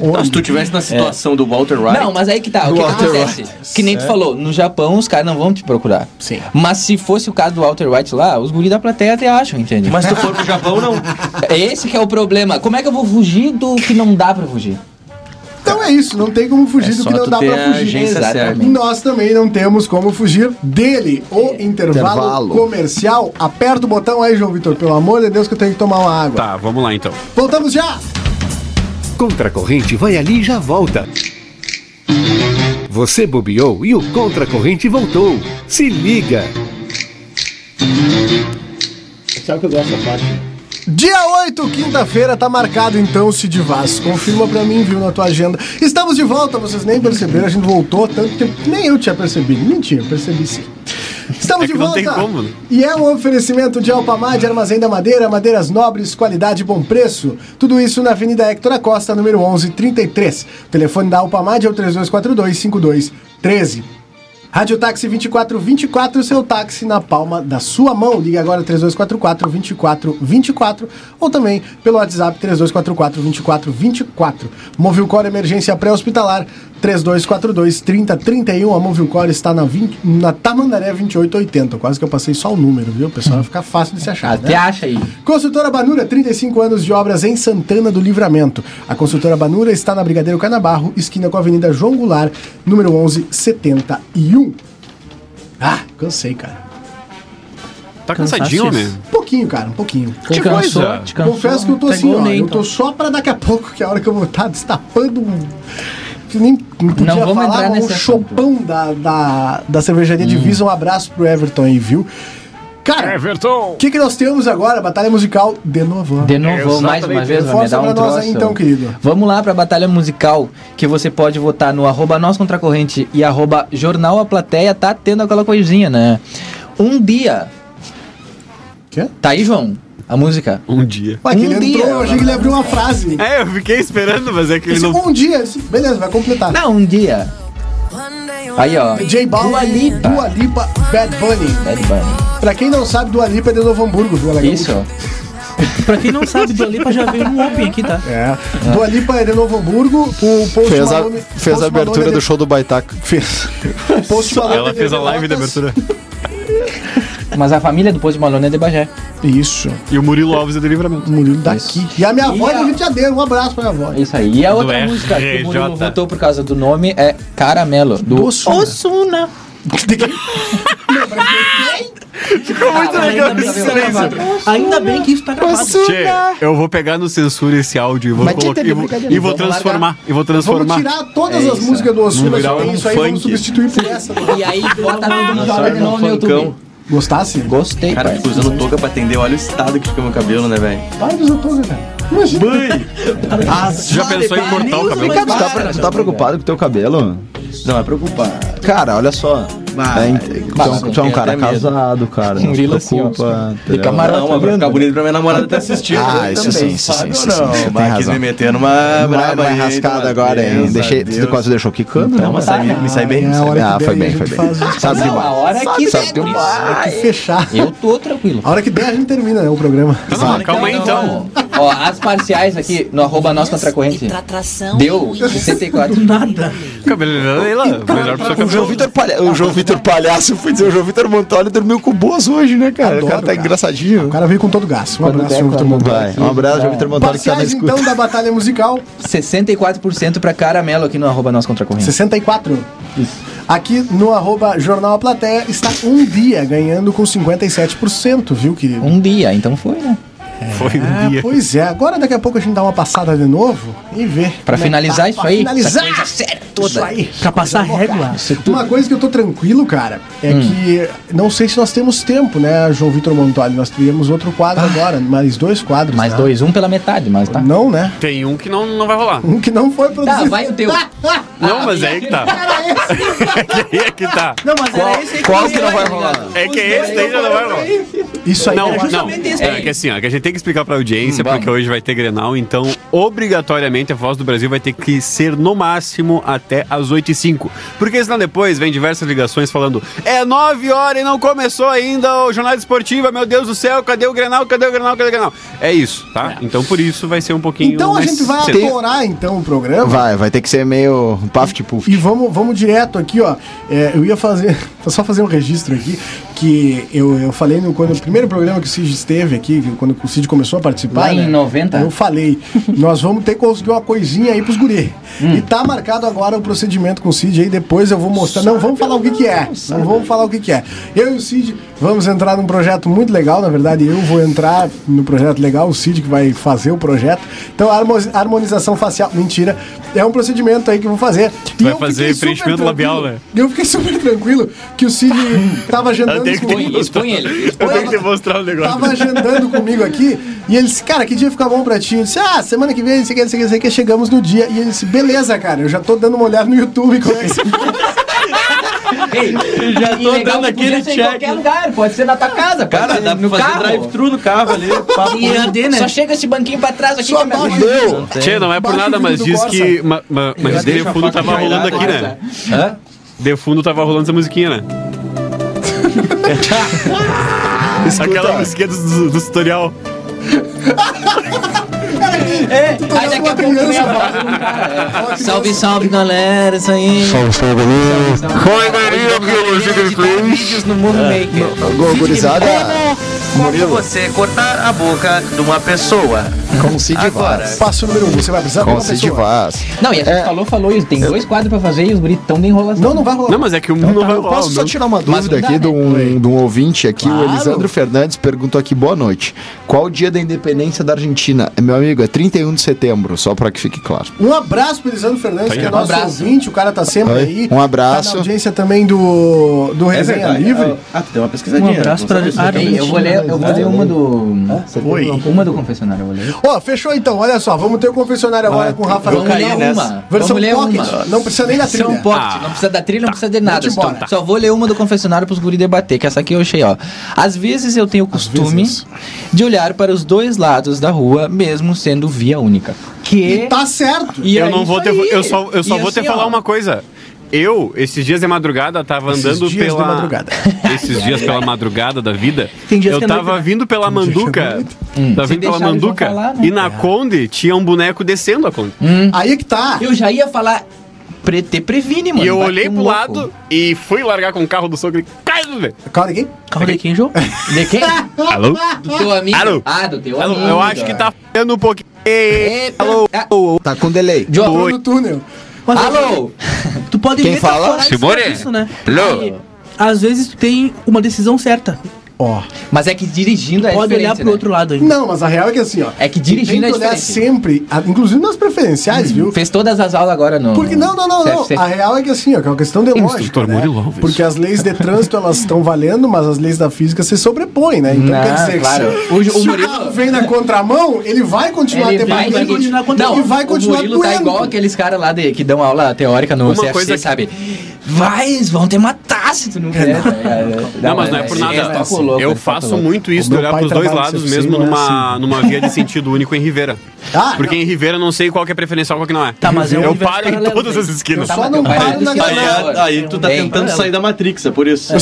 Speaker 6: Não, se tu tivesse na situação do Walter White,
Speaker 5: Não, mas aí que tá, o que, que acontece? Que nem tu falou, no Japão os caras não vão te procurar.
Speaker 2: Sim.
Speaker 5: Mas se fosse o caso do Walter White lá, os guri da plateia até acham, entende?
Speaker 6: mas se tu for pro Japão, não.
Speaker 5: Esse que é o problema. Como é que eu vou fugir do que não dá pra fugir?
Speaker 2: Então é isso, não tem como fugir
Speaker 6: É
Speaker 2: do
Speaker 6: só
Speaker 2: que não
Speaker 6: tu
Speaker 2: dá
Speaker 6: ter
Speaker 2: pra
Speaker 6: a
Speaker 2: fugir.
Speaker 6: agência certa.
Speaker 5: Exatamente.
Speaker 2: Nós também não temos como fugir dele. O intervalo,
Speaker 4: Intervalo.
Speaker 2: comercial. Aperta o botão aí, João Vitor. Pelo amor de Deus, que eu tenho que tomar uma água.
Speaker 3: Tá, vamos lá então.
Speaker 2: Voltamos já!
Speaker 1: Contra a corrente vai ali e já volta. Você bobeou e o Contra a corrente voltou. Se liga!
Speaker 2: Dia 8, quinta-feira, tá marcado então, Cid Vaz. Confirma pra mim, viu, na tua agenda. Estamos de volta, vocês nem perceberam, a gente voltou tanto tempo. que Nem eu tinha percebido. Mentira, eu percebi sim. Estamos
Speaker 3: É que
Speaker 2: de
Speaker 3: não
Speaker 2: volta.
Speaker 3: tem como, né?
Speaker 2: E é um oferecimento de Alpamade, Armazém da Madeira, madeiras nobres, qualidade e bom preço. Tudo isso na Avenida Hector Acosta, número 1133. O telefone da Alpamade é o 3242-5213. Rádio Táxi 2424, seu táxi na palma da sua mão. Liga agora 3244-2424 ou também pelo WhatsApp 3244-2424. Movilcor Emergência Pré-Hospitalar 3242-3031. A Movilcor está na, 20, na Tamandaré 2880. Quase que eu passei só o número, viu, pessoal? Vai ficar fácil de se achar.
Speaker 5: Até
Speaker 2: né?
Speaker 5: acha aí.
Speaker 2: Consultora Banura, 35 anos de obras em Santana do Livramento. A consultora Banura está na Brigadeiro Canabarro, esquina com a Avenida João Goulart, número 1171. Ah, cansei, cara.
Speaker 3: Tá cansadinho, né?
Speaker 7: Cansaço.
Speaker 2: Um pouquinho, cara, um pouquinho.
Speaker 5: Te
Speaker 3: coisa.
Speaker 5: cansou, te cansou.
Speaker 2: Confesso que eu tô
Speaker 7: Tá
Speaker 2: assim,
Speaker 7: igual
Speaker 2: ó.
Speaker 7: nem,
Speaker 2: Eu tô
Speaker 7: então.
Speaker 2: só pra daqui a pouco, que é a hora que eu vou estar destapando um. que Nem, não podia
Speaker 5: Não vamos
Speaker 2: falar,
Speaker 5: entrar
Speaker 2: mas um
Speaker 5: nesse assunto. Hum.
Speaker 2: chopão da, da, da cervejaria Divisa. Um abraço pro Everton aí, viu? Cara,
Speaker 3: Everton!
Speaker 2: o que, que nós temos agora? Batalha musical de novo.
Speaker 5: De novo, mais uma vez, vai
Speaker 2: É,
Speaker 5: me
Speaker 2: Força
Speaker 5: dar
Speaker 2: pra
Speaker 5: um
Speaker 2: nós
Speaker 5: troço.
Speaker 2: aí, então, querido.
Speaker 5: Vamos lá pra batalha musical, que você pode votar no arroba nós contra a corrente e arroba jornal a plateia, tá tendo aquela coisinha, né? Um dia.
Speaker 2: Quê?
Speaker 5: Tá aí, João? A música.
Speaker 3: Um dia.
Speaker 2: Ué, que
Speaker 5: Um
Speaker 2: ele
Speaker 5: dia.
Speaker 2: entrou, eu achei que ele abriu uma frase.
Speaker 3: É, eu fiquei esperando, mas é que ele
Speaker 2: Esse
Speaker 3: não.
Speaker 2: um dia, esse- beleza, vai completar.
Speaker 5: Não, um dia. Aí, ó.
Speaker 2: J Balvin,
Speaker 5: Dua Lipa.
Speaker 2: Dua Lipa, Bad Bunny.
Speaker 5: Bad Bunny.
Speaker 2: Pra quem não sabe, Dua Lipa é de Novo Hamburgo, viu, Alex?
Speaker 5: Isso.
Speaker 7: Pra quem não sabe, Dua Lipa já veio um open aqui, tá?
Speaker 2: É. Dua Lipa é de Novo Hamburgo, o Post
Speaker 4: Fez a,
Speaker 2: Malone... é
Speaker 4: fez a abertura do show do Baitaca.
Speaker 2: Fez. Post Malone é
Speaker 3: Ela
Speaker 2: de
Speaker 3: fez a live da
Speaker 2: Pelotas.
Speaker 3: abertura.
Speaker 5: Mas a família do Post Malone é de Bagé.
Speaker 2: Isso.
Speaker 3: E o Murilo Alves é do livramento.
Speaker 2: Murilo daqui. E a minha avó é do
Speaker 5: a-
Speaker 2: Rio de Janeiro. Um abraço pra minha avó.
Speaker 5: É Isso aí. E a
Speaker 3: Do
Speaker 5: outra música que o Murilo
Speaker 3: RJ.
Speaker 5: votou por causa do nome é Caramelo, do
Speaker 2: Ossuna.
Speaker 5: Osuna.
Speaker 3: Ficou muito legal esse silêncio.
Speaker 7: Ainda bem Ah, que isso tá gravado.
Speaker 3: Tchê, eu vou pegar no censura esse áudio e vou
Speaker 4: Mas tinha
Speaker 3: colocar.
Speaker 4: que ter
Speaker 3: E vou,
Speaker 4: brincadeira.
Speaker 3: e vou
Speaker 5: Vamos
Speaker 3: transformar. E vou transformar.
Speaker 2: Vamos tirar todas
Speaker 5: É
Speaker 2: as
Speaker 5: isso,
Speaker 2: músicas do Ossuna,
Speaker 3: Vamos virar
Speaker 2: só tem
Speaker 3: um
Speaker 2: isso aí, vamos
Speaker 3: funk.
Speaker 2: substituir por essa.
Speaker 5: E aí, bota
Speaker 3: Ah,
Speaker 5: todo mundo
Speaker 6: Nossa,
Speaker 5: joga de
Speaker 6: olha
Speaker 5: novo
Speaker 6: um
Speaker 5: no
Speaker 6: funkão.
Speaker 5: YouTube.
Speaker 2: Gostasse?
Speaker 5: Gostei,
Speaker 6: Cara,
Speaker 5: cara.
Speaker 6: fico tá usando touca pra atender. Olha o estado que fica meu cabelo, né, velho?
Speaker 2: Para de usar toga, cara. Imagina.
Speaker 3: Já pensou em cortar o cabelo?
Speaker 4: Tu tá, pre- tu tá preocupado com o teu cabelo?
Speaker 6: tá Não é preocupar.
Speaker 4: Cara, olha só.
Speaker 6: Vai,
Speaker 4: é, ent-
Speaker 6: vai,
Speaker 4: tu- tu é um
Speaker 6: tem
Speaker 4: cara
Speaker 6: até medo.
Speaker 4: casado, cara.
Speaker 5: Um
Speaker 4: Não se
Speaker 5: grilo assim, ó,
Speaker 4: preocupa. entendeu?
Speaker 5: Fica amarelo.
Speaker 6: Não, mas pra ficar bonito pra minha namorada tá assistindo.
Speaker 4: Ah, isso sim, isso sim, isso sim. Você tem
Speaker 6: Mas quis
Speaker 4: razão.
Speaker 6: me meter numa
Speaker 4: Não é,
Speaker 6: braba
Speaker 4: não é
Speaker 6: aí,
Speaker 4: rascado
Speaker 6: numa-
Speaker 4: agora, hein?
Speaker 6: Deus,
Speaker 4: Deixei,
Speaker 6: Deus.
Speaker 4: tu quase deixou quicando, né?
Speaker 6: Não, mas sai, bem- me sai bem.
Speaker 2: É a hora
Speaker 4: Ah,
Speaker 2: que
Speaker 4: foi
Speaker 2: der, a
Speaker 4: bem,
Speaker 2: gente
Speaker 4: foi bem.
Speaker 2: faz o-
Speaker 4: Sabe
Speaker 5: Não,
Speaker 4: demais.
Speaker 5: a hora
Speaker 7: é
Speaker 5: que
Speaker 4: sabe
Speaker 5: der,
Speaker 4: demais.
Speaker 2: Tem que fechar.
Speaker 5: Eu tô tranquilo.
Speaker 2: A hora que der, a gente termina né, o programa.
Speaker 3: Não, calma aí então.
Speaker 5: Ó, as parciais aqui no arroba nós contra a corrente deu 64.
Speaker 7: Nada.
Speaker 3: Cabelo Leila, melhor pra
Speaker 4: O João
Speaker 3: cabelo.
Speaker 4: Vitor, Palha... o João Vitor Palhaço, eu fui dizer, o João Vitor Montoli dormiu com o Boas hoje, né, cara?
Speaker 2: Adoro,
Speaker 4: o cara tá
Speaker 2: cara.
Speaker 4: engraçadinho.
Speaker 2: O cara veio com todo o gás. Um
Speaker 5: Quando
Speaker 2: abraço,
Speaker 5: der,
Speaker 2: João Vitor
Speaker 5: claro.
Speaker 2: Montoli.
Speaker 4: Vai, um abraço, João Vitor Montoli, que tá na
Speaker 2: Parciais,
Speaker 4: escuta.
Speaker 2: então, da batalha musical.
Speaker 5: 64% pra caramelo aqui no arroba nós contra a corrente.
Speaker 2: 64. Aqui no arroba Jornal A Plateia está um dia ganhando com 57%, viu, querido?
Speaker 5: Um dia, então foi, né?
Speaker 3: Foi um
Speaker 2: Ah,
Speaker 3: dia.
Speaker 2: pois é, agora daqui a pouco a gente dá uma passada de novo e vê.
Speaker 5: Pra
Speaker 2: como é que
Speaker 5: finalizar
Speaker 2: tá.
Speaker 5: isso
Speaker 2: Pra
Speaker 5: aí,
Speaker 2: Finalizar!
Speaker 5: essa coisa séria toda.
Speaker 2: Isso aí.
Speaker 7: Pra passar régua.
Speaker 2: Uma coisa que eu tô tranquilo, cara, é
Speaker 5: Hum.
Speaker 2: que não sei se nós temos tempo, né, João Vitor Montoli? Nós teríamos outro quadro agora, mais dois quadros.
Speaker 5: Ah. Mais
Speaker 2: né?
Speaker 5: dois, um pela metade, mas tá.
Speaker 2: Não, né?
Speaker 3: Tem um que não, não vai rolar.
Speaker 2: Um que não foi produzido.
Speaker 5: Tá, vai o teu.
Speaker 7: Ah,
Speaker 3: Não, mas é aí que tá. Aí é que tá.
Speaker 7: Não, mas era esse aí que
Speaker 4: Qual
Speaker 7: eu
Speaker 4: que
Speaker 7: ia,
Speaker 4: não vai
Speaker 7: tá ligado?
Speaker 4: rolar?
Speaker 3: É que esse daí já não vai rolar.
Speaker 2: Isso aí.
Speaker 3: Não,
Speaker 2: é-
Speaker 3: não.
Speaker 7: justamente esse
Speaker 3: É
Speaker 7: daí.
Speaker 3: que assim, ó, que a gente tem que explicar pra audiência,
Speaker 5: Hum, vamos.
Speaker 3: porque hoje vai ter Grenal, então obrigatoriamente a voz do Brasil vai ter que ser no máximo até as 8 e 05 Porque senão depois vem diversas ligações falando: é 9 horas e não começou ainda o Jornal Esportiva, meu Deus do céu, cadê o Grenal, cadê o Grenal, cadê o Grenal? É isso, tá? Então por isso vai ser um pouquinho.
Speaker 2: Então a
Speaker 3: mais
Speaker 2: gente vai
Speaker 3: cedo.
Speaker 2: atorar então o programa.
Speaker 4: Vai, vai ter que ser meio paf de puff. tipo,
Speaker 2: E vamos, vamos direto aqui, ó. É, eu ia fazer. Só fazer um registro aqui, que eu, eu falei no, quando, no primeiro programa que o Cid esteve aqui, que quando o Cid começou a participar. né?
Speaker 5: Lá em 90?
Speaker 2: Eu falei, nós vamos ter que conseguir uma coisinha aí pros guri.
Speaker 5: Hum.
Speaker 2: E tá marcado agora o procedimento com o Cid aí, depois eu vou mostrar. Não, vamos falar o que, que é. Não vamos falar o que, que é. Eu e o Cid vamos entrar num projeto muito legal, na verdade, eu vou entrar no projeto legal, o Cid que vai fazer o projeto. Então, a harmo- harmonização facial. Mentira. É um procedimento aí que eu vou fazer. E
Speaker 3: Vai
Speaker 2: eu
Speaker 3: fazer
Speaker 2: fiquei super
Speaker 3: preenchimento
Speaker 2: tranquilo.
Speaker 3: labial, né?
Speaker 2: Eu fiquei super tranquilo que o Cid tava
Speaker 3: Eu
Speaker 2: jantando
Speaker 3: tenho que ter-
Speaker 5: Expõe, expõe ele.
Speaker 3: Eu tenho que demonstrar o negócio.
Speaker 2: Tava agendando comigo aqui e ele disse, cara, que dia fica bom pra ti? Eu disse, ah, semana que vem, não sei o que, não sei o que, não sei o que, chegamos no dia. E ele disse, beleza, cara, eu já tô dando uma olhada no YouTube, como é que você
Speaker 5: Ei, já
Speaker 6: tô dando aquele
Speaker 5: Pode ser em
Speaker 6: check.
Speaker 5: qualquer lugar, pode ser na tua casa, pode
Speaker 6: Cara,
Speaker 5: ser
Speaker 6: dá pra
Speaker 5: no
Speaker 6: fazer
Speaker 5: carro.
Speaker 6: drive-thru no carro ali. papo.
Speaker 7: E AD, né?
Speaker 5: Só chega esse banquinho pra trás aqui
Speaker 2: Só
Speaker 5: que é
Speaker 2: abaixa.
Speaker 5: melhor.
Speaker 4: Deu!
Speaker 3: Tchê, não é por
Speaker 2: Baixa o
Speaker 3: nada,
Speaker 2: vidro
Speaker 3: mas
Speaker 2: do
Speaker 3: diz
Speaker 2: Corsa.
Speaker 3: que. ma- ma- mas de
Speaker 6: deixa a
Speaker 3: fundo
Speaker 6: faca
Speaker 3: tava rolando
Speaker 6: enjaulada,
Speaker 3: aqui, né? De fundo tava rolando essa musiquinha, né? Aquela musiquinha do, do- do tutorial.
Speaker 5: Aí daqui
Speaker 2: tá
Speaker 5: a pouco vem a voz do cara. é. Salve, salve, galera, isso aí. é um Vídeos no Movie
Speaker 7: É,
Speaker 5: Maker.
Speaker 4: Gol, gurizada. Murilo,
Speaker 8: Você cortar a boca de uma pessoa.
Speaker 4: com o Cid Vaz.
Speaker 2: Passo número um, você vai precisar de
Speaker 4: Com
Speaker 2: uma
Speaker 4: o Cid
Speaker 2: pessoa.
Speaker 4: Vaz.
Speaker 5: Não, e a gente falou, falou, e tem dois quadros pra fazer e os britão de enrolação.
Speaker 2: Não, não vai rolar.
Speaker 3: Não, mas é que o mundo não vai
Speaker 4: Eu
Speaker 3: rolar.
Speaker 4: posso
Speaker 3: o
Speaker 4: só
Speaker 3: meu-
Speaker 4: tirar uma dúvida
Speaker 5: não dá,
Speaker 4: aqui
Speaker 5: né?
Speaker 4: de um, de um ouvinte aqui. O Elisandro Fernandes perguntou aqui, boa noite. Qual o dia da independência da Argentina? Meu amigo, é 31 de setembro, só pra que fique claro.
Speaker 2: Um abraço pro Elisandro Fernandes,
Speaker 3: Aí,
Speaker 2: que é
Speaker 3: ó.
Speaker 2: nosso
Speaker 5: Um abraço.
Speaker 2: ouvinte, o cara tá sempre
Speaker 4: Oi,
Speaker 2: aí.
Speaker 4: um abraço.
Speaker 2: Tá na audiência também do, do
Speaker 6: É
Speaker 2: Resenha
Speaker 6: verdade.
Speaker 2: Livre.
Speaker 6: Ah, tu deu uma
Speaker 7: Um
Speaker 6: pesquisadinha.
Speaker 7: abraço
Speaker 6: não
Speaker 7: pra
Speaker 6: sabe?
Speaker 5: Ei, eu vou ler, eu vou ler uma do.
Speaker 2: Oi.
Speaker 5: Uma do confessionário, eu vou ler.
Speaker 2: Ó, fechou então, olha só, vamos ter o confessionário agora
Speaker 5: Ah,
Speaker 2: com o Rafael
Speaker 5: Vamos ler
Speaker 2: Cunha.
Speaker 5: uma.
Speaker 2: Versão
Speaker 5: Vamos ler
Speaker 2: pocket,
Speaker 5: uma.
Speaker 2: não precisa nem da trilha.
Speaker 5: São
Speaker 3: Ah,
Speaker 5: Pocket, é um não precisa da trilha,
Speaker 3: tá.
Speaker 5: não precisa de nada.
Speaker 2: Vamos embora.
Speaker 5: Só- Só vou ler uma do confessionário pros guri debater, que essa aqui eu achei, ó. Às vezes eu tenho o costume
Speaker 2: vezes.
Speaker 5: de olhar para os dois lados da rua, mesmo sendo via única. Que.
Speaker 2: E tá certo.
Speaker 5: E
Speaker 3: Eu
Speaker 5: é
Speaker 3: não
Speaker 5: isso
Speaker 3: vou ter.
Speaker 5: aí.
Speaker 3: Eu só, eu só
Speaker 5: E
Speaker 3: vou te
Speaker 5: assim,
Speaker 3: falar
Speaker 5: ó,
Speaker 3: uma coisa. Eu, esses dias de madrugada, tava
Speaker 2: Esses
Speaker 3: andando
Speaker 2: dias de
Speaker 3: pela.
Speaker 2: madrugada.
Speaker 3: Esses dias pela madrugada da vida.
Speaker 7: Tem dias
Speaker 3: eu
Speaker 7: que é
Speaker 3: tava
Speaker 7: noite,
Speaker 3: vindo pela Manduca. Tava
Speaker 5: Se
Speaker 3: vindo pela
Speaker 5: deixar, eles vão
Speaker 3: Manduca.
Speaker 5: falar, né?
Speaker 3: E na Conde tinha um boneco descendo a Conde.
Speaker 2: Aí é que tá.
Speaker 5: Hum. Eu já ia falar. Pre te previne, mano.
Speaker 3: E eu
Speaker 5: vai
Speaker 3: olhei
Speaker 5: ter um
Speaker 3: pro
Speaker 5: louco.
Speaker 3: lado e fui largar com o carro do sogro e cai do velho.
Speaker 2: Calma aqui.
Speaker 7: Carro de quem, João?
Speaker 5: De quem?
Speaker 3: Alô?
Speaker 5: Do teu amigo.
Speaker 3: Alô?
Speaker 5: Ah, do teu
Speaker 3: Alô,
Speaker 5: amigo.
Speaker 3: eu acho que tá f***ando um pouquinho.
Speaker 5: Eita.
Speaker 3: Alô?
Speaker 5: Ah,
Speaker 4: Tá com delay.
Speaker 5: João,
Speaker 2: Tô no túnel.
Speaker 7: Mas, é
Speaker 5: Alô?
Speaker 7: Tu pode
Speaker 4: Quem
Speaker 7: metaforar
Speaker 4: fala?
Speaker 7: isso,
Speaker 3: Simone?
Speaker 7: isso, né?
Speaker 8: Alô?
Speaker 7: Que, Às vezes tu tem uma decisão certa.
Speaker 2: Ó.
Speaker 5: Mas é que dirigindo é
Speaker 7: Pode
Speaker 5: diferente,
Speaker 7: olhar pro
Speaker 5: né?
Speaker 7: outro lado ainda.
Speaker 2: Não, mas a real é que assim, ó.
Speaker 5: É que dirigindo é
Speaker 2: tem que olhar
Speaker 5: diferente. Hum,
Speaker 2: sempre, a- inclusive nas preferenciais, viu?
Speaker 5: Fez todas as aulas agora no...
Speaker 2: Porque não, não, não, não.
Speaker 5: CFC.
Speaker 2: A real é que assim, ó, que é uma questão de lógica,
Speaker 3: um Instrutor
Speaker 2: né?
Speaker 3: Murilo Alves.
Speaker 2: Porque as leis de trânsito elas estão valendo, mas as leis da física se sobrepõem, né? Então
Speaker 5: Não,
Speaker 2: quer dizer
Speaker 5: claro.
Speaker 2: que
Speaker 5: O
Speaker 2: se,
Speaker 5: Ju- o
Speaker 2: se o
Speaker 5: Murilo-
Speaker 2: carro vem na contramão, ele vai continuar
Speaker 5: Ele
Speaker 2: tendo
Speaker 5: vai,
Speaker 2: problema,
Speaker 5: vai continuar quando não,
Speaker 2: e vai continuar
Speaker 5: o Murilo tá
Speaker 2: doendo.
Speaker 5: igual aqueles caras lá de, que dão aula teórica no
Speaker 3: Uma
Speaker 5: CFC,
Speaker 3: coisa que-
Speaker 5: sabe? Vai, vão ter uma taça se tu não quer. tá ligado?
Speaker 3: Não, mas não é por nada.
Speaker 5: eles tocam louco,
Speaker 3: eu
Speaker 5: eles tocam
Speaker 3: faço
Speaker 5: louco.
Speaker 3: muito isso,
Speaker 2: O meu
Speaker 3: de olhar
Speaker 2: pai
Speaker 3: pros dois
Speaker 2: trabalha no
Speaker 3: lados
Speaker 2: CFC,
Speaker 3: mesmo
Speaker 2: não é
Speaker 3: numa, numa via de sentido único em Ribeira.
Speaker 2: Ah,
Speaker 3: Porque em Ribeira eu não sei qual que é preferencial e qual que não é.
Speaker 7: Tá, mas é um
Speaker 3: eu
Speaker 7: universo
Speaker 3: paro em
Speaker 7: paralelo,
Speaker 3: todas
Speaker 7: né?
Speaker 3: as esquinas.
Speaker 5: Tá,
Speaker 2: Só
Speaker 5: mas
Speaker 2: não
Speaker 5: teu pai
Speaker 2: paro
Speaker 5: é do
Speaker 2: na
Speaker 6: Aí,
Speaker 5: escritório.
Speaker 6: aí tu tá
Speaker 5: Bem,
Speaker 6: tentando sair da Matrix, é por isso.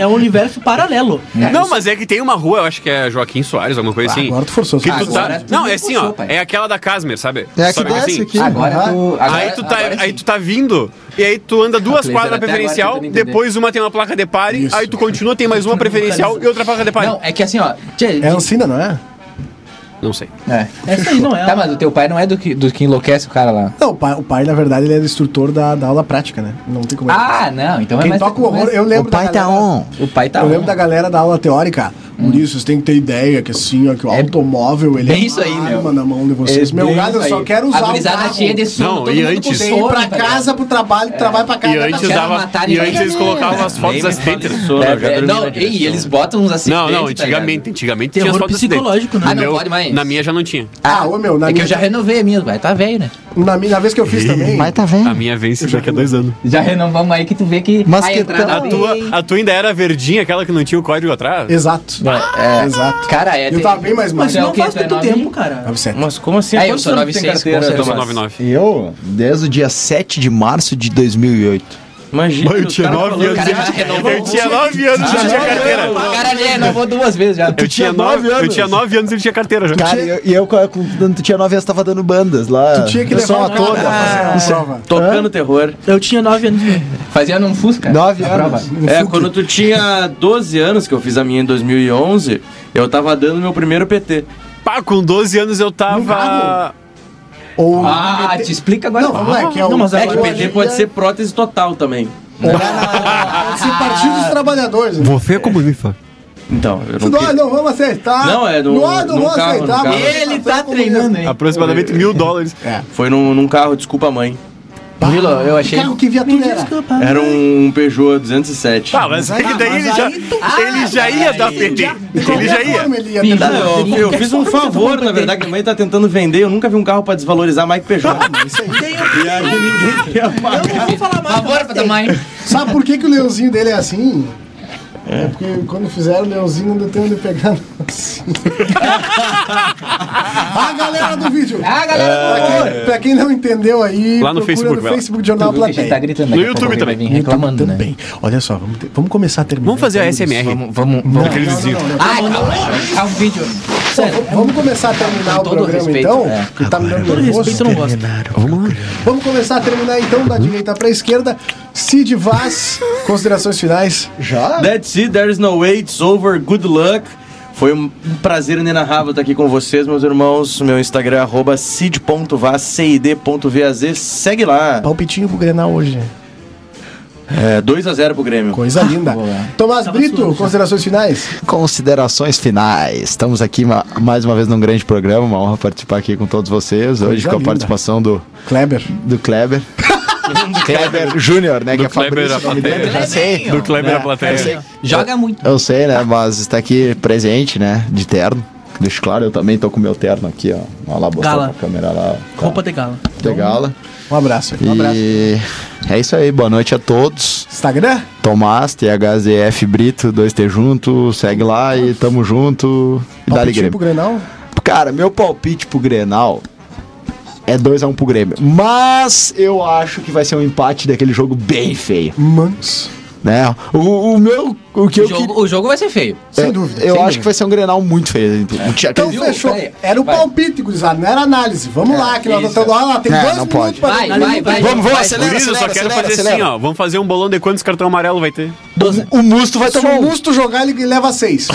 Speaker 7: É um universo paralelo.
Speaker 3: Não, mas é que tem uma rua, eu acho que é Joaquim Soares, alguma coisa assim.
Speaker 2: Agora tu forçou.
Speaker 3: Que
Speaker 2: sabe?
Speaker 3: tu tá...
Speaker 5: Agora tu
Speaker 3: Não, é
Speaker 5: forçou,
Speaker 3: assim, ó.
Speaker 5: pai.
Speaker 3: É aquela da Casmer, sabe?
Speaker 4: É a que
Speaker 3: Sabe, assim?
Speaker 4: desce aqui.
Speaker 5: Agora tu... Agora,
Speaker 3: aí, tu tá,
Speaker 5: agora
Speaker 3: aí
Speaker 5: sim.
Speaker 3: tu tá vindo, e aí tu anda duas
Speaker 5: Laser,
Speaker 3: quadras da
Speaker 5: até agora
Speaker 3: preferencial,
Speaker 5: tentando entender.
Speaker 3: depois uma tem uma placa de pare, aí tu continua, tem mais uma preferencial e outra placa de pare.
Speaker 5: Não, é que assim, ó... tchê,
Speaker 2: É Ancina, não é?
Speaker 3: Não sei.
Speaker 5: é.
Speaker 7: Essa aí não é.
Speaker 5: Tá, mas o teu pai não é do que, do que enlouquece o cara lá.
Speaker 2: Não, o pai, o pai, na verdade, ele é instrutor da, da aula prática, né? Não tem como.
Speaker 5: Ah, não, então é
Speaker 2: Quem
Speaker 5: mais...
Speaker 2: toca o horror, eu lembro
Speaker 4: O pai
Speaker 2: da
Speaker 4: tá
Speaker 2: galera-
Speaker 4: on.
Speaker 5: O pai tá...
Speaker 2: eu
Speaker 5: on.
Speaker 2: lembro da galera da aula teórica. Por isso, vocês têm que ter ideia que assim, ó, que o
Speaker 5: Hum. É
Speaker 2: automóvel, ele
Speaker 5: bem
Speaker 2: é
Speaker 5: isso aí,
Speaker 2: uma
Speaker 5: meu.
Speaker 2: arma na mão de vocês.
Speaker 5: É
Speaker 2: meu
Speaker 5: bem
Speaker 2: gado, eu
Speaker 5: isso
Speaker 2: só
Speaker 5: aí.
Speaker 2: quero usar
Speaker 5: A
Speaker 2: o
Speaker 5: gurizada
Speaker 2: carro.
Speaker 5: cheia de É. sono,
Speaker 3: Não,
Speaker 5: todo
Speaker 3: e
Speaker 5: mundo com
Speaker 3: antes-
Speaker 2: Tem
Speaker 5: sono,
Speaker 2: ir pra
Speaker 5: tá ligado?
Speaker 2: casa, pro trabalho, do trabalho pra casa. tá
Speaker 3: E antes,
Speaker 5: quero
Speaker 3: dava,
Speaker 5: um matar
Speaker 3: e
Speaker 5: ninguém.
Speaker 3: antes eles colocavam as fotos das haters.
Speaker 6: Sono,
Speaker 5: É,
Speaker 6: eu já
Speaker 5: é,
Speaker 6: dormi
Speaker 5: não,
Speaker 6: na direção.
Speaker 5: e eles botam uns acidentes.
Speaker 3: Não, não,
Speaker 5: tá
Speaker 3: antigamente,
Speaker 5: ligado?
Speaker 3: antigamente tinha as
Speaker 7: Terror
Speaker 3: fotos acidentes.
Speaker 7: psicológico, né?
Speaker 5: Ah, não
Speaker 3: Meu-
Speaker 5: pode mais.
Speaker 3: Na minha já não tinha.
Speaker 2: Ah, ô, meu, na
Speaker 5: é que
Speaker 2: minha-
Speaker 5: eu já renovei a minha, vai, tá velho, né?
Speaker 2: Na, mi- na vez que eu fiz também.
Speaker 4: Mas tá vendo?
Speaker 3: A minha vence daqui a dois anos.
Speaker 5: Já renovamos aí que tu vê que.
Speaker 4: Mas
Speaker 5: a
Speaker 4: que
Speaker 5: entrada é
Speaker 3: A
Speaker 4: tal-
Speaker 5: bem-
Speaker 3: tua, a tua ainda era verdinha, aquela que não tinha o código atrás?
Speaker 2: Exato.
Speaker 5: É,
Speaker 2: Exato.
Speaker 5: Cara, é.
Speaker 2: Eu tava bem mais
Speaker 7: Mas
Speaker 5: Mas é
Speaker 2: magro.
Speaker 7: não
Speaker 5: o quê?
Speaker 7: faz
Speaker 5: Tu é
Speaker 7: tanto
Speaker 5: nove?
Speaker 7: tempo, cara.
Speaker 2: Tava certo.
Speaker 6: Mas como assim?
Speaker 5: É, eu
Speaker 6: Quantos
Speaker 5: sou
Speaker 6: anos tu tem
Speaker 5: 96,
Speaker 6: carteira,
Speaker 5: com certeza.
Speaker 6: Tomás?
Speaker 3: 99.
Speaker 4: Eu, desde o dia 7 de março de 2008.
Speaker 6: Imagina.
Speaker 3: Mas eu
Speaker 6: os
Speaker 3: tinha
Speaker 6: caras
Speaker 3: 9
Speaker 6: falando
Speaker 3: anos.
Speaker 5: Cara,
Speaker 6: que-
Speaker 5: já renovou.
Speaker 3: Eu tinha 9 anos e ele tinha carteira.
Speaker 5: Cara, já renovou duas vezes já.
Speaker 3: Eu tinha
Speaker 4: tinha nove
Speaker 3: 9 Eu
Speaker 4: anos.
Speaker 3: tinha 9 anos e ele tinha carteira já.
Speaker 4: Cara, e eu, e eu com- com- quando tu tinha 9 anos, tava dando bandas lá.
Speaker 2: Tu tinha que
Speaker 4: eu sou um
Speaker 2: levar o
Speaker 4: ator.
Speaker 2: cara pra fazer a
Speaker 5: Ah.
Speaker 2: prova.
Speaker 6: Tocando terror.
Speaker 7: Eu tinha 9 anos.
Speaker 5: Fazia num Fusca.
Speaker 4: 9
Speaker 5: na
Speaker 4: anos.
Speaker 5: prova.
Speaker 6: É, quando tu tinha 12 anos, que eu fiz a minha em 2011, eu tava dando meu primeiro PT.
Speaker 3: Pá, com 12 anos eu tava.
Speaker 2: Ou.
Speaker 5: Ah, te explica agora.
Speaker 2: Não, vamos lá, é que é o.
Speaker 7: Não, mas
Speaker 2: é
Speaker 7: agora-
Speaker 2: que
Speaker 6: PT pode ser prótese total também.
Speaker 2: pode
Speaker 6: Ah.
Speaker 2: ser partido dos trabalhadores. né?
Speaker 3: Você é comunista.
Speaker 6: Então, eu não
Speaker 2: Nós
Speaker 6: quis.
Speaker 2: não vamos aceitar.
Speaker 6: Não, é no-
Speaker 2: Nós não
Speaker 6: num
Speaker 2: vamos
Speaker 6: carro,
Speaker 2: aceitar.
Speaker 6: num carro.
Speaker 2: porque
Speaker 5: Ele
Speaker 2: tá
Speaker 5: tá
Speaker 7: um
Speaker 5: treinando,
Speaker 3: É.
Speaker 5: hein?
Speaker 3: Aproximadamente mil dólares.
Speaker 6: Foi num, num carro, desculpa mãe.
Speaker 5: Murilo, eu achei.
Speaker 2: Carro que
Speaker 7: Me
Speaker 2: viatura era.
Speaker 7: desculpa.
Speaker 5: É.
Speaker 6: Era um Peugeot 207.
Speaker 3: Ah, mas é que daí ele já, ele já ia dar PT. Ele já ia.
Speaker 2: Ele ia
Speaker 5: Pinta-
Speaker 6: Tá, eu, eu fiz um favor, na verdade, que a mãe tá tentando vender. Eu nunca vi um carro pra desvalorizar Mike Peugeot. e aí ninguém quer pagar.
Speaker 7: Vamos falar mais.
Speaker 5: Favor pra tamanho.
Speaker 2: Sabe por que, que o leãozinho dele é assim? É. porque quando fizeram o leãozinho não deu tempo de pegar assim. a galera do vídeo.
Speaker 5: Ah, galera,
Speaker 2: Pra quem- pra quem não entendeu aí,
Speaker 3: Lá no
Speaker 2: procura
Speaker 3: Facebook, vai lá.
Speaker 2: Facebook de Jornal
Speaker 5: tu vê que a gente
Speaker 2: Plateia.
Speaker 5: tá
Speaker 2: Então,
Speaker 5: gritando
Speaker 3: No
Speaker 5: daqui a pouco
Speaker 3: YouTube
Speaker 5: ele vai
Speaker 3: também.
Speaker 5: vir reclamando, né?
Speaker 2: Também. Olha só, vamos, ter- vamos começar a terminar.
Speaker 3: Vamos fazer a
Speaker 2: então.
Speaker 3: SMR.
Speaker 5: Vamos, vamos, vamos.
Speaker 3: Aquele vizinho.
Speaker 5: Ah, calma, calma, o vídeo. Sério.
Speaker 2: Vamos- Vamos começar a terminar
Speaker 5: Com
Speaker 2: o
Speaker 5: todo
Speaker 2: programa
Speaker 5: respeito,
Speaker 2: então?
Speaker 5: é.
Speaker 2: Que tá me dando
Speaker 7: Todo
Speaker 2: nervoso.
Speaker 7: respeito, eu não gosto.
Speaker 2: Vamos começar a terminar então
Speaker 5: Hum?
Speaker 2: da direita pra esquerda. Cid Vaz, considerações finais.
Speaker 4: Já?
Speaker 6: That's it, there is no way, it's over, good luck. Foi um prazer inenarrável estar aqui com vocês, meus irmãos. Meu Instagram é arroba cid.vaz, cid.vaz, segue lá.
Speaker 2: Palpitinho pro Grenal hoje.
Speaker 6: É, 2x0 pro Grêmio.
Speaker 5: Ah,
Speaker 2: Coisa linda. Tomás Brito, considerações finais.
Speaker 4: Considerações finais. Estamos aqui ma- mais uma vez num grande programa. Uma honra participar aqui com todos vocês. Hoje
Speaker 2: Coisa
Speaker 4: com a
Speaker 2: linda.
Speaker 4: participação do,
Speaker 2: Kleber.
Speaker 4: do Kleber. Kleber Júnior, né?
Speaker 3: Do
Speaker 4: que é
Speaker 3: Kleber da
Speaker 4: Fabrício, o nome dele,
Speaker 3: plateia.
Speaker 4: eu já sei.
Speaker 3: Do Kleber da plateia.
Speaker 5: Joga muito.
Speaker 4: Eu sei, né? Mas está aqui presente, né? De terno. Deixo claro, eu também tô com o meu terno aqui, ó. Olha lá, botou
Speaker 7: Gala.
Speaker 4: a câmera lá. ó. Tá.
Speaker 7: Roupa de gala.
Speaker 4: de gala.
Speaker 2: Um abraço. Um abraço.
Speaker 4: E é isso aí, boa noite a todos.
Speaker 2: Instagram?
Speaker 4: Tomás, THZF Brito, 2T junto, segue lá e tamo junto. E dá
Speaker 2: Palpitinho
Speaker 4: alegria.
Speaker 2: pro Grenal.
Speaker 4: Cara, meu palpite pro Grenal é 2x1 pro Grêmio. Mas eu acho que vai ser um empate daquele jogo bem feio.
Speaker 2: Manso.
Speaker 4: Né? O, o meu. O que
Speaker 5: O
Speaker 4: eu queria.
Speaker 5: jogo, o jogo vai ser feio.
Speaker 2: Sem
Speaker 4: eu,
Speaker 2: dúvida.
Speaker 4: Eu
Speaker 5: sem
Speaker 4: acho
Speaker 5: dúvida.
Speaker 4: que vai ser um Grenal muito feio.
Speaker 2: Então
Speaker 5: Viu?
Speaker 2: fechou.
Speaker 5: Peraí.
Speaker 2: Era o
Speaker 5: Vai. É,
Speaker 2: palpite, gurizada, não era análise. Vamos lá, que nós
Speaker 5: isso.
Speaker 2: estamos. Olha lá, tem
Speaker 4: É,
Speaker 2: dois
Speaker 4: não
Speaker 2: minutos
Speaker 4: pode.
Speaker 2: pra
Speaker 5: Vai,
Speaker 2: terminar.
Speaker 5: vai, vai.
Speaker 4: Vamos, vamos,
Speaker 5: vai.
Speaker 4: acelera.
Speaker 3: Por isso, eu só quero fazer assim, ó. Vamos fazer um bolão de quantos cartão amarelo vai ter.
Speaker 4: o Musto vai
Speaker 2: Se
Speaker 4: tomar
Speaker 2: o
Speaker 4: um.
Speaker 2: Musto jogar, ele leva seis.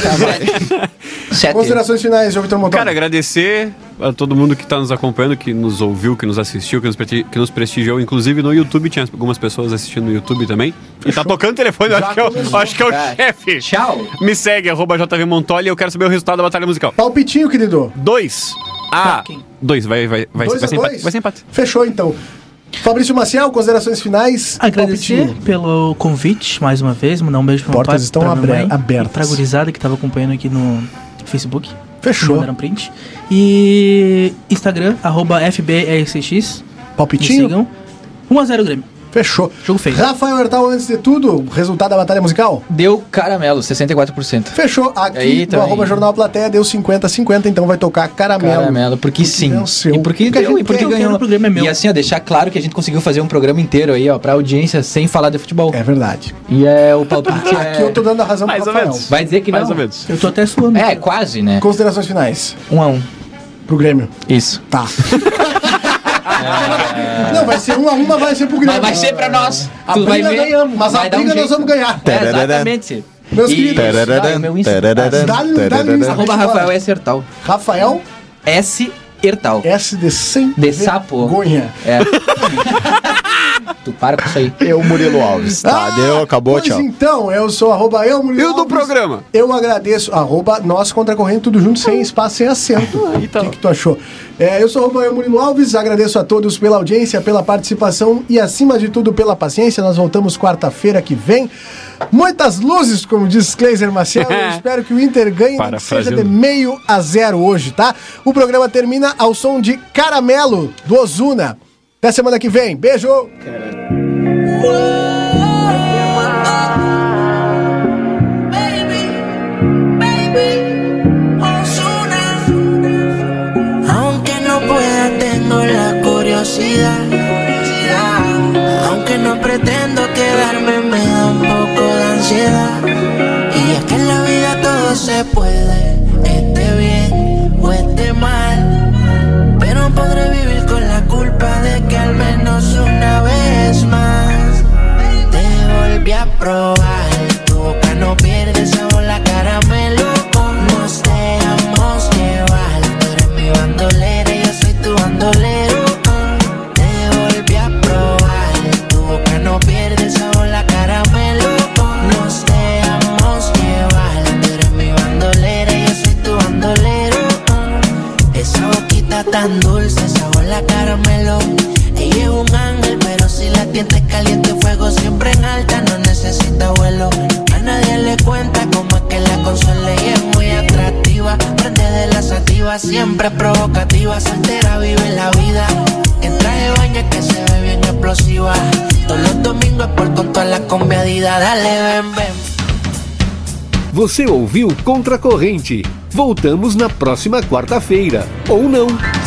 Speaker 5: Sete.
Speaker 2: Considerações finais, João Vitor Montão.
Speaker 3: Cara, agradecer a todo mundo que está nos acompanhando, que nos ouviu, que nos assistiu, que nos, preti- que nos prestigiou. Inclusive no YouTube, tinha algumas pessoas assistindo no YouTube também. E tá tocando o telefone, eu acho que é o, acho que é o chefe.
Speaker 5: Tchau.
Speaker 3: Me segue, arroba JV Montoli, eu quero saber o resultado da batalha musical.
Speaker 2: Palpitinho, querido.
Speaker 3: 2 a
Speaker 7: Toquem.
Speaker 3: 2, Ah, vai, vai, vai,
Speaker 2: Dois
Speaker 3: vai
Speaker 2: a
Speaker 3: ser
Speaker 2: dois.
Speaker 3: empate. Vai ser empate.
Speaker 2: Fechou, então. Fabrício Maciel, considerações finais.
Speaker 7: Agradecer
Speaker 2: Palpitinho.
Speaker 7: pelo convite mais uma vez, mandar um beijo pro meu
Speaker 2: Portas
Speaker 7: pai,
Speaker 2: estão
Speaker 7: pra minha
Speaker 2: abre-
Speaker 7: mãe,
Speaker 2: abertas.
Speaker 7: e pra gurizada que tava acompanhando aqui no Facebook.
Speaker 2: Fechou.
Speaker 7: Mandaram print. E Instagram, arroba FBRCX. Me
Speaker 2: Palpitinho.
Speaker 7: sigam. 1x0 Grêmio.
Speaker 2: Fechou.
Speaker 7: Jogo feio.
Speaker 2: Rafael Hertal, antes de tudo, resultado da batalha musical?
Speaker 5: Deu caramelo, 64%.
Speaker 2: Fechou. Aqui
Speaker 5: Aí
Speaker 2: no
Speaker 5: também.
Speaker 2: arroba Jornal Plateia deu 50-50, então vai tocar caramelo.
Speaker 5: Caramelo, porque sim.
Speaker 2: venceu.
Speaker 5: E porque,
Speaker 2: Porque a
Speaker 5: deu,
Speaker 2: gente
Speaker 5: e porque
Speaker 7: quer, eu quero,
Speaker 5: ganhou.
Speaker 7: o programa é meu.
Speaker 5: E assim, ó, deixar claro que a gente conseguiu fazer um programa inteiro aí, ó, pra audiência sem falar de futebol.
Speaker 2: É verdade.
Speaker 5: E é o palpite. é-
Speaker 2: Aqui eu tô dando a razão
Speaker 3: Mais
Speaker 2: pro
Speaker 3: ou
Speaker 2: Rafael.
Speaker 3: menos.
Speaker 5: Vai dizer que
Speaker 3: Mais
Speaker 5: não.
Speaker 3: ou menos.
Speaker 7: Eu tô até suando.
Speaker 5: É, quase, né?
Speaker 2: Considerações finais
Speaker 5: Um a um.
Speaker 2: pro Grêmio.
Speaker 5: Isso.
Speaker 2: Tá. Não, vai ser uma a uma, vai ser pro Grêmio.
Speaker 5: Mas vai ser pra nós.
Speaker 2: A
Speaker 5: tu vai
Speaker 2: briga
Speaker 5: ver.
Speaker 2: ganhamos, mas a
Speaker 5: vai dar um
Speaker 2: briga nós
Speaker 5: jeito.
Speaker 2: vamos ganhar.
Speaker 5: É, exatamente.
Speaker 2: Meus
Speaker 5: E-
Speaker 2: queridos.
Speaker 5: Ah, e meu Instagram.
Speaker 2: Dá-lhe- um dá-lhe Instagram.
Speaker 5: Arroba Rafael S. Hertal.
Speaker 2: Rafael,
Speaker 5: S. Hertal.
Speaker 2: S de 100
Speaker 5: De sapo.
Speaker 2: vergonha.
Speaker 5: É. tu para com isso aí.
Speaker 4: Eu, Murilo Alves. Tá, deu, acabou,
Speaker 2: Ah, pois
Speaker 4: tchau.
Speaker 2: então, eu sou arroba eu, Murilo
Speaker 3: E o do
Speaker 2: Alves.
Speaker 3: programa?
Speaker 2: Eu agradeço, arroba nós contra a corrente, tudo junto, sem espaço, sem acento.
Speaker 3: Ah, então.
Speaker 2: O que, que tu achou? É, eu sou arroba eu, Murilo Alves, agradeço a todos pela audiência, pela participação e, acima de tudo, pela paciência. Nós voltamos quarta-feira que vem. Muitas luzes, como diz Cleiser Maciel. Eu espero que o Inter ganhe, nem que seja de
Speaker 3: Parafraseando.
Speaker 2: meio a zero hoje, tá? O programa termina ao som de Caramelo, do Ozuna. Até semana que vem. Beijo!
Speaker 9: Aunque no pueda, tengo la curiosidad. Aunque no pretendo quedarme, me da un poco de ansiedad. Y es que en la vida todo se puede, esté bien o esté mal. Pero podré vivir con la culpa de que al menos una vez más te volví a probar. Tu boca no pierde sabor la caramelo. Nos dejamos llevar. Tú eres mi bandolera y yo soy tu bandolero. Te volví a probar. Tu boca no pierde sabor la caramelo. Nos dejamos llevar. Tú eres mi bandolera y yo soy tu bandolero. Esa boquita tan dulce, sabor la caramelo. Ella es un ángel, pero si la tientes caliente, fuego siempre en alta, no necesita vuelo. A nadie le cuenta cómo es que la consola y es muy atractiva. Prende de la sativa, siempre provocativa, soltera, vive la vida. En traje de baño es que se ve bien explosiva. Todos los domingos es por con toda la combiadida, dale, ven, ven.
Speaker 1: Você ouviu Contra a Corrente. Voltamos na próxima quarta-feira. Ou não.